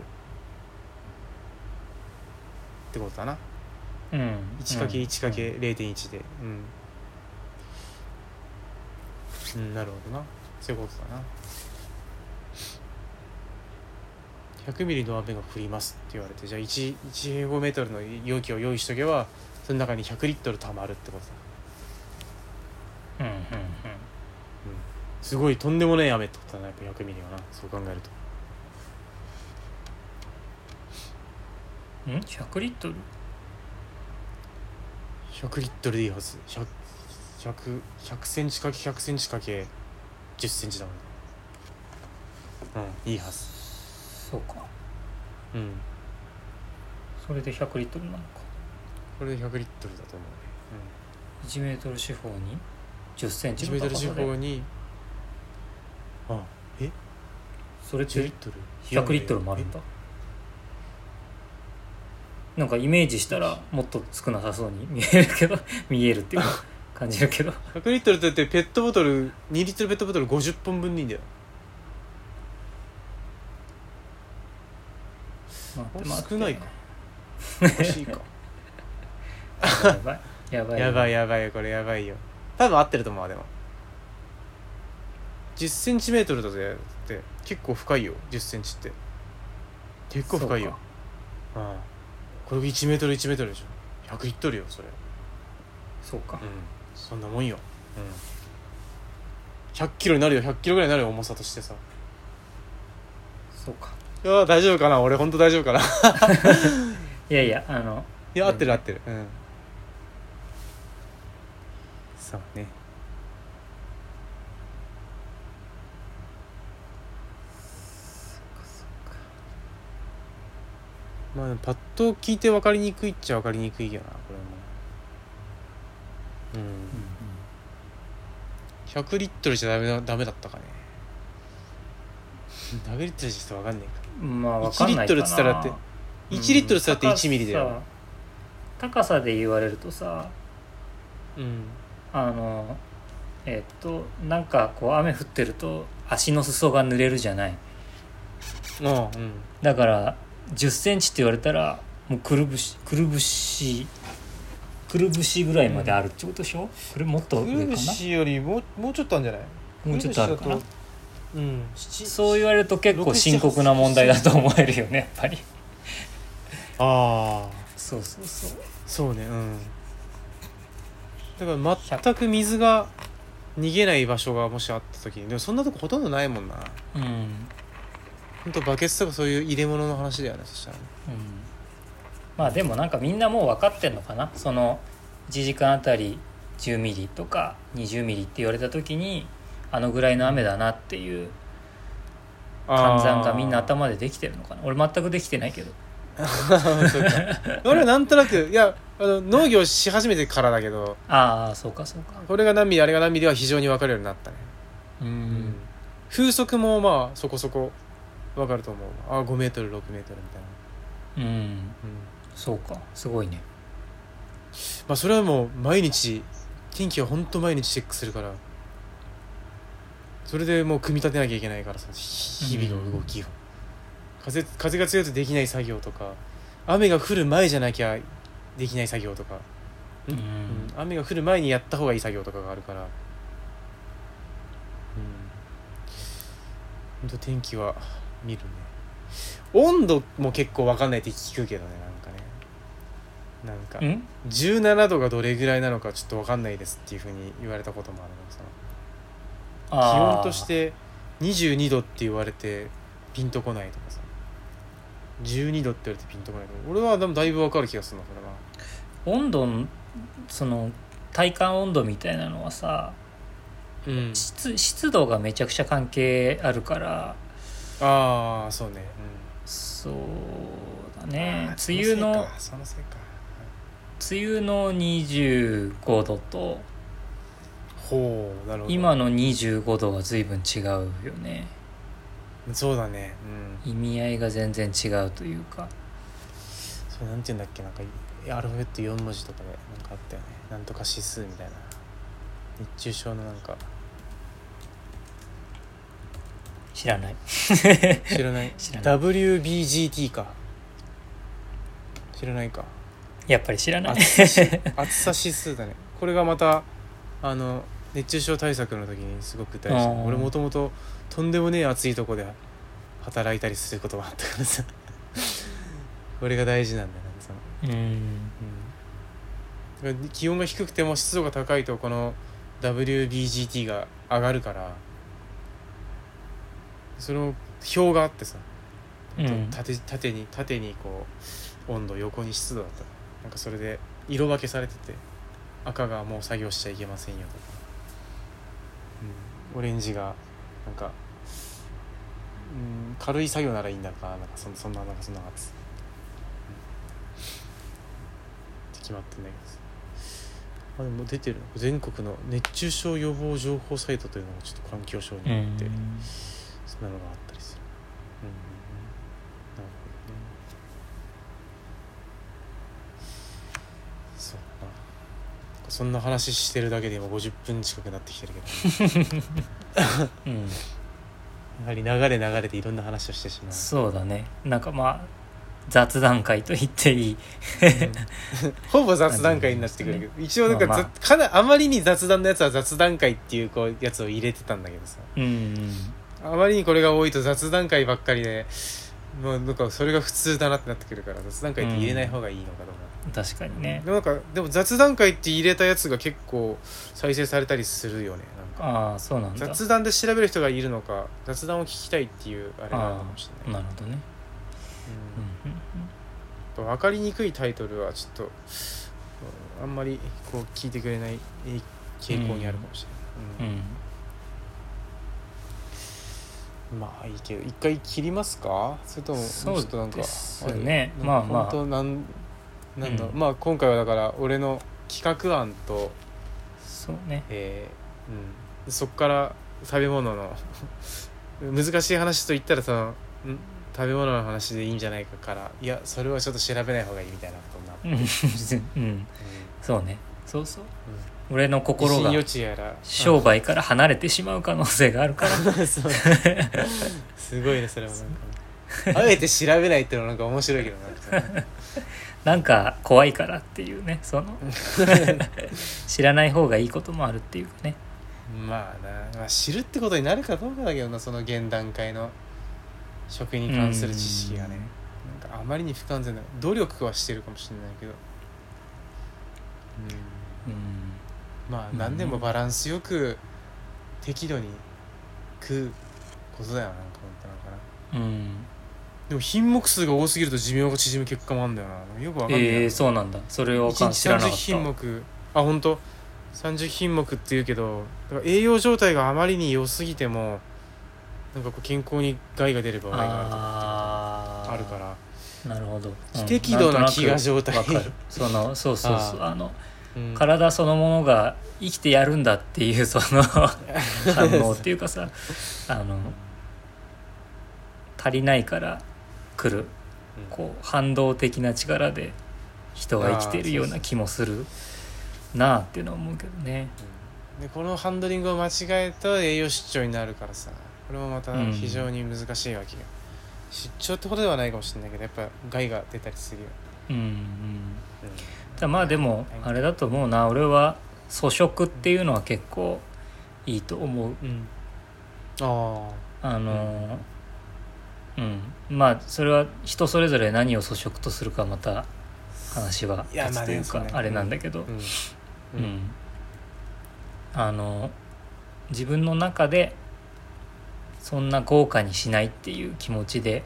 [SPEAKER 1] てことだな
[SPEAKER 2] うん
[SPEAKER 1] 1×1×0.1 でうん、うん、なるほどなそういうことだな100ミリの雨が降りますって言われてじゃあ 1, 1平方メートルの容器を用意しとけばその中に100リットル溜まるってことだ
[SPEAKER 2] うんうんうん
[SPEAKER 1] すごいとんでもない雨ってことだなやっぱ100ミリはなそう考えると
[SPEAKER 2] うんうん100リットル
[SPEAKER 1] 100リットルでいいはず100 100 100センチかけ100センチかけ10センチだもんなうんいいはず
[SPEAKER 2] そうか
[SPEAKER 1] うん
[SPEAKER 2] それで100リットルなのか
[SPEAKER 1] これで100リットルだと思うね、
[SPEAKER 2] 1メートル四方に1 0ン
[SPEAKER 1] うん、
[SPEAKER 2] チ
[SPEAKER 1] 1メ
[SPEAKER 2] の
[SPEAKER 1] ートル
[SPEAKER 2] 高
[SPEAKER 1] 四
[SPEAKER 2] さ
[SPEAKER 1] 方
[SPEAKER 2] で
[SPEAKER 1] にあ
[SPEAKER 2] それっ
[SPEAKER 1] 10リッ
[SPEAKER 2] て
[SPEAKER 1] トル
[SPEAKER 2] 100リットルもあるんだなんかイメージしたらもっと少なさそうに [LAUGHS] 見えるけど見えるっていうか感じる
[SPEAKER 1] [LAUGHS]
[SPEAKER 2] けど
[SPEAKER 1] え100リットルってだってペットボトル2リットルペットボトル50本分でいいんだよ
[SPEAKER 2] 待って待って
[SPEAKER 1] 少ないかおかしいか
[SPEAKER 2] やばいやば
[SPEAKER 1] [LAUGHS] やばい
[SPEAKER 2] いい
[SPEAKER 1] やばいよこれやばいよ多分合ってると思うわでも1 0トルだぜって結構深いよ1 0ンチって結構深いようんこれ1メートル1メートルでしょ100リットルよそれ
[SPEAKER 2] そうか
[SPEAKER 1] うんそんなもんよ、100キロになるよ100キロぐらいになるよ重さとしてさ
[SPEAKER 2] そうか
[SPEAKER 1] いやー大丈夫かな俺ほんと大丈夫か [LAUGHS] ない
[SPEAKER 2] いやいやあの
[SPEAKER 1] や合ってる合ってるうんそうねまあでもパッと聞いて分かりにくいっちゃ分かりにくいよなこれもうん100リットルじゃダメだダメだったかね100リットルじゃちょっと分かんないか
[SPEAKER 2] うんまあわかんな
[SPEAKER 1] 1リ
[SPEAKER 2] いかな
[SPEAKER 1] ットルっつったらだって1リットルっつったらだって1ミリだよ
[SPEAKER 2] うん高さ高さで言われるとさ
[SPEAKER 1] うん
[SPEAKER 2] あのえっとなんかこう雨降ってると足の裾が濡れるじゃない
[SPEAKER 1] ああうん
[SPEAKER 2] だから1 0ンチって言われたらもうくるぶしくるぶしくるぶしぐらいまであるってことでしょ、これもっと
[SPEAKER 1] くる
[SPEAKER 2] 上か
[SPEAKER 1] ぶ
[SPEAKER 2] な
[SPEAKER 1] しよりもうもうちょっとあるんじゃない
[SPEAKER 2] もうちょっとあるかな
[SPEAKER 1] くぶしだとうん七
[SPEAKER 2] そう言われると結構深刻な問題だと思えるよねやっぱり
[SPEAKER 1] ああ
[SPEAKER 2] そうそうそう
[SPEAKER 1] そうねうんだから全く水が逃げない場所がもしあった時にでもそんなとこほとんどないもんな
[SPEAKER 2] うん、う
[SPEAKER 1] ほんとバケツとかそういう入れ物の話だよねそしたらね
[SPEAKER 2] ん、まあでもなんかみんなもう分かってんのかなその1時間あたり10ミリとか20ミリって言われた時にあのぐらいの雨だなっていう換算がみんな
[SPEAKER 1] 頭
[SPEAKER 2] 頭でできてるのかな俺全くできてないけど
[SPEAKER 1] そうか俺はなんとなくいやあの農業し始めてからだけど
[SPEAKER 2] ああそうかそうか
[SPEAKER 1] これが何ミリあれが何ミリは非常に分かるようになったね、
[SPEAKER 2] うん、
[SPEAKER 1] 風速もまあそこそこ分かると思うあ5メートル6メートルみたいな、
[SPEAKER 2] うん、
[SPEAKER 1] うん、
[SPEAKER 2] そうかすごいね
[SPEAKER 1] まあそれはもう毎日天気はほんと毎日チェックするからそれでもう組み立てなきゃいけないからさ日々の動きを、風風が強いとできない作業とか雨が降る前じゃなきゃできない作業とか
[SPEAKER 2] う、
[SPEAKER 1] うんうん雨が降る前にやった方がいい作業とかがあるからうん本当天気は見るね温度も結構分かんないって聞くけどねなんかねなんか
[SPEAKER 2] ん
[SPEAKER 1] 17度がどれぐらいなのかちょっと分かんないですっていうふうに言われたこともあるのさ気温として22度って言われてピンとこないとかさ12度って言われてピンとこないとか俺はでもだいぶ分かる気がするなそれは
[SPEAKER 2] 温度のその体感温度みたいなのはさ
[SPEAKER 1] うん、
[SPEAKER 2] 湿湿度がめちゃくちゃ関係あるから
[SPEAKER 1] ああそうね、
[SPEAKER 2] そうだ
[SPEAKER 1] うん
[SPEAKER 2] ね
[SPEAKER 1] あー
[SPEAKER 2] 梅雨の
[SPEAKER 1] そのせいか
[SPEAKER 2] 梅雨の25度
[SPEAKER 1] そのせい
[SPEAKER 2] と
[SPEAKER 1] かほうなるほど
[SPEAKER 2] 今の25度は随分違うよね
[SPEAKER 1] そうだねうん
[SPEAKER 2] 意味合いが全然違うというか
[SPEAKER 1] それなんて言うんだっけなんかアルファベット4文字とかでなんかあったよねなんとか指数みたいな熱中症のなんか
[SPEAKER 2] 知らない
[SPEAKER 1] [LAUGHS] 知らない
[SPEAKER 2] 知らない
[SPEAKER 1] WBGT か知らないか
[SPEAKER 2] やっぱり知らな
[SPEAKER 1] [LAUGHS]
[SPEAKER 2] い
[SPEAKER 1] 暑
[SPEAKER 2] [LAUGHS]
[SPEAKER 1] さ指暑さ指数だねこれがまたあの熱中症対策の時にすごく大
[SPEAKER 2] あー
[SPEAKER 1] 事俺もともととんでもねえ暑いとこで働いたりすることがあったからさ [LAUGHS] これが大事なんだよねその
[SPEAKER 2] うん
[SPEAKER 1] うん、気温が低くても湿度が高いとこの WBGT が上がるからその表があってさ、
[SPEAKER 2] うん
[SPEAKER 1] 縦縦に縦にこう温度横に湿度だったなんかそれで色分けされてて赤がもう作業しちゃいけませんよとか、うん、オレンジがなんか、うん、軽い作業ならいいんだかなんかそんそんななんかそんなのがあってさって決まってんだけどさあでも出てるの全国の熱中症予防情報サイトというのがちょっと環境省に
[SPEAKER 2] う
[SPEAKER 1] あって、
[SPEAKER 2] ん
[SPEAKER 1] そんなのがあったりするうんうんうんなるほどねそうだなそんな話してるだけで今50分近くなってきてるけど
[SPEAKER 2] う
[SPEAKER 1] や
[SPEAKER 2] ん
[SPEAKER 1] はり流れ流れていろんな話をして
[SPEAKER 2] [LAUGHS]
[SPEAKER 1] しまう
[SPEAKER 2] そうだねなんかまあ雑談会と言っていい
[SPEAKER 1] ほぼ雑談会になってくるけど一応なんか,、
[SPEAKER 2] まあま
[SPEAKER 1] かなあまりに雑談のやつは雑談会っていうこうやつを入れてたんだけどさ
[SPEAKER 2] うん
[SPEAKER 1] あまりにこれが多いと雑談会ばっかりで、もうなんかそれが普通だなってなってくるから雑談会って入れない方がいいのかどうか、
[SPEAKER 2] 確かにね
[SPEAKER 1] でもなんかでも雑談会って入れたやつが結構再生されたりするよねなんか
[SPEAKER 2] ああそうなんだ
[SPEAKER 1] 雑談で調べる人がいるのか雑談を聞きたいっていうあれなのかもしれない
[SPEAKER 2] なるほどね、うんう
[SPEAKER 1] う
[SPEAKER 2] ん
[SPEAKER 1] ん、分かりにくいタイトルはちょっとうんあんまりこう聞いてくれないえ傾向にあるかもし
[SPEAKER 2] う
[SPEAKER 1] れ
[SPEAKER 2] ん
[SPEAKER 1] ない、う
[SPEAKER 2] うん
[SPEAKER 1] んまあいいけど一回切りますかそれともち
[SPEAKER 2] そう
[SPEAKER 1] ょっとなんか
[SPEAKER 2] ですね
[SPEAKER 1] れ
[SPEAKER 2] まあまあ
[SPEAKER 1] 本当なんなんだろう
[SPEAKER 2] うん
[SPEAKER 1] まあ今回はだから俺の企画案と
[SPEAKER 2] そうね
[SPEAKER 1] えーうん、そこから食べ物の [LAUGHS] 難しい話と言ったらそのん食べ物の話でいいんじゃないかからいやそれはちょっと調べない方がいいみたいなことになって、
[SPEAKER 2] うん [LAUGHS] うんそうねそうそう
[SPEAKER 1] う
[SPEAKER 2] 俺の
[SPEAKER 1] ん、
[SPEAKER 2] 心
[SPEAKER 1] 地震
[SPEAKER 2] が
[SPEAKER 1] 予知やら
[SPEAKER 2] 商売から離れてしまう可能性があ
[SPEAKER 1] [LAUGHS]
[SPEAKER 2] るから
[SPEAKER 1] うん [LAUGHS] そうすごいねそれはなん
[SPEAKER 2] [LAUGHS]
[SPEAKER 1] かあえて調べないってのはなんか面白いけどなんか
[SPEAKER 2] なんか怖いからっていうねそ
[SPEAKER 1] [LAUGHS]
[SPEAKER 2] の知らない方がいいこともあるっていうかね
[SPEAKER 1] まあな、まあ、知るってことになるかどうかだけどなその現段階の食に関する知識がねなんかあまりに不完全な努力はしてるかもしれないけどうん
[SPEAKER 2] うんうん
[SPEAKER 1] ま
[SPEAKER 2] う
[SPEAKER 1] あ
[SPEAKER 2] ん
[SPEAKER 1] 何でもバランスよく適度に食うことだよななんか本当なのかな
[SPEAKER 2] うん、
[SPEAKER 1] でも品目数が多すぎると寿命が縮む結果もあるんだよなよくわかんないな、
[SPEAKER 2] ええそうなんだそれを
[SPEAKER 1] 1日
[SPEAKER 2] 知らなか
[SPEAKER 1] 30
[SPEAKER 2] った
[SPEAKER 1] 品目あ本当30品目っていうけどだから栄養状態があまりに良すぎてもなんかこう健康に害が出る場合がある
[SPEAKER 2] あー
[SPEAKER 1] あるから、
[SPEAKER 2] なるほど、うん
[SPEAKER 1] 適度な飢餓状態
[SPEAKER 2] なんとなくわかるそのそうそうそうあの
[SPEAKER 1] うん
[SPEAKER 2] 体そのものが生きてやるんだっていうそ [LAUGHS] の反応っていうかさあの足りないから来る
[SPEAKER 1] うん
[SPEAKER 2] こう反動的な力で人が生きてるような気もするなあっていうのは思うけどね
[SPEAKER 1] でこのハンドリングを間違えると栄養失調になるからさこれもまた
[SPEAKER 2] うん
[SPEAKER 1] 非常に難しいわけよ、失調ってことではないかもしれないけどやっぱ害が出たりするよ、
[SPEAKER 2] うんうん
[SPEAKER 1] うん
[SPEAKER 2] ただまあでもあれだと思うな俺は粗食っていうのは結構いいと思う
[SPEAKER 1] うん、ああ
[SPEAKER 2] あのーうん、まあそれは人それぞれ何を粗食とするかまた話はい
[SPEAKER 1] や
[SPEAKER 2] 別というか
[SPEAKER 1] まあねそうね
[SPEAKER 2] あれなんだけど、
[SPEAKER 1] うん
[SPEAKER 2] うんあの自分の中でそんな豪華にしないっていう気持ちで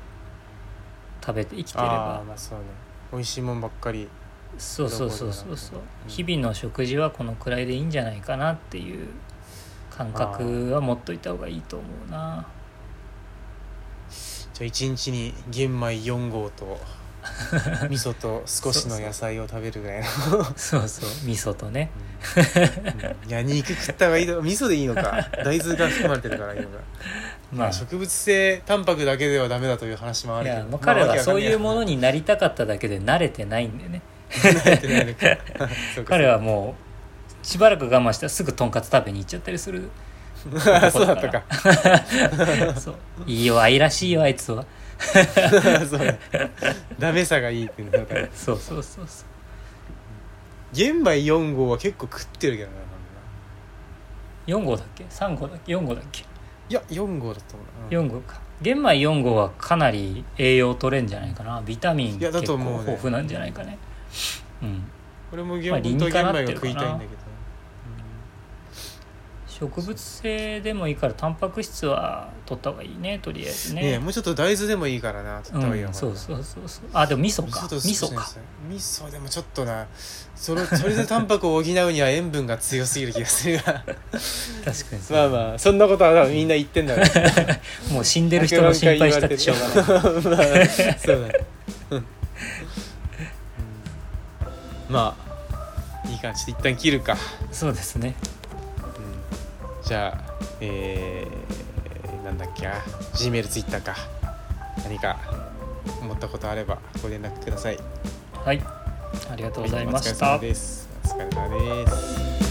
[SPEAKER 2] 食べて生きてれ
[SPEAKER 1] あ
[SPEAKER 2] ば
[SPEAKER 1] ーまあそうね美味しいもんばっかり
[SPEAKER 2] そうそうそうそうそう
[SPEAKER 1] どこでも
[SPEAKER 2] 日々の食事はこのくらいでいいんじゃないかなっていう感覚は持っといた方がいいと思
[SPEAKER 1] [LAUGHS]
[SPEAKER 2] うな
[SPEAKER 1] じゃあ一日に玄米4合
[SPEAKER 2] [LAUGHS]
[SPEAKER 1] と味噌と少しの野菜を食べるぐらいの
[SPEAKER 2] そうそう味噌とね
[SPEAKER 1] うんいや肉食った方がいいの味噌でいいのか大豆が含まれてるからいいのか、
[SPEAKER 2] まあ
[SPEAKER 1] 植物性タンパクだけではダメだという話もあ
[SPEAKER 2] い
[SPEAKER 1] るけど
[SPEAKER 2] やもう彼はそういうもの
[SPEAKER 1] に
[SPEAKER 2] になりたかっただけで慣れてないんだよね彼
[SPEAKER 1] [LAUGHS] 彼
[SPEAKER 2] はもうしばらく我慢したらすぐとんかつ食べに行っちゃったりする
[SPEAKER 1] [LAUGHS] そうだったか
[SPEAKER 2] そういいよ愛らしいよあいつは
[SPEAKER 1] そうね [LAUGHS] ダメさがいいっていうのだから
[SPEAKER 2] そうそうそうそう
[SPEAKER 1] 玄米4合は結構食ってるけどななんか
[SPEAKER 2] 4号だっけ3号だっけ4号だっけ
[SPEAKER 1] いや4合だったもんな、
[SPEAKER 2] 4号か玄米4号はかなり栄養取れんじゃないかなビタミン
[SPEAKER 1] いや
[SPEAKER 2] 結
[SPEAKER 1] だ
[SPEAKER 2] 構
[SPEAKER 1] と思うね
[SPEAKER 2] 豊富なんじゃないかねうん
[SPEAKER 1] 俺も
[SPEAKER 2] まあ
[SPEAKER 1] 原
[SPEAKER 2] 理
[SPEAKER 1] 本
[SPEAKER 2] に
[SPEAKER 1] と玄
[SPEAKER 2] かなっ
[SPEAKER 1] 米
[SPEAKER 2] てる
[SPEAKER 1] が
[SPEAKER 2] か
[SPEAKER 1] 食
[SPEAKER 2] な
[SPEAKER 1] いたいんだけど、
[SPEAKER 2] 植物性でもいいからタンパク質は取った方がいいねとりあえず
[SPEAKER 1] ね
[SPEAKER 2] ね
[SPEAKER 1] えもうちょっと大豆でもいいからな取った方がいいよ、
[SPEAKER 2] うん、そうそうそうそうあでも味噌か
[SPEAKER 1] と
[SPEAKER 2] 味噌か
[SPEAKER 1] 味噌でもちょっとなそれそれでタンパクを補うには塩分が強すぎる気がするが
[SPEAKER 2] 確かにそう
[SPEAKER 1] [LAUGHS] まあまあそんなことは多分みんな言ってんだろうけど
[SPEAKER 2] もう死んでる人の心配したってしょうがない
[SPEAKER 1] まあそうだねうんうんまあいい感じで一旦切るか、
[SPEAKER 2] そうですね
[SPEAKER 1] じゃあえー、なんだっけな G メール Twitter か何か思ったことあればご連絡ください
[SPEAKER 2] はいありがとうございまし
[SPEAKER 1] は
[SPEAKER 2] た
[SPEAKER 1] お疲れ様ですお疲れ様です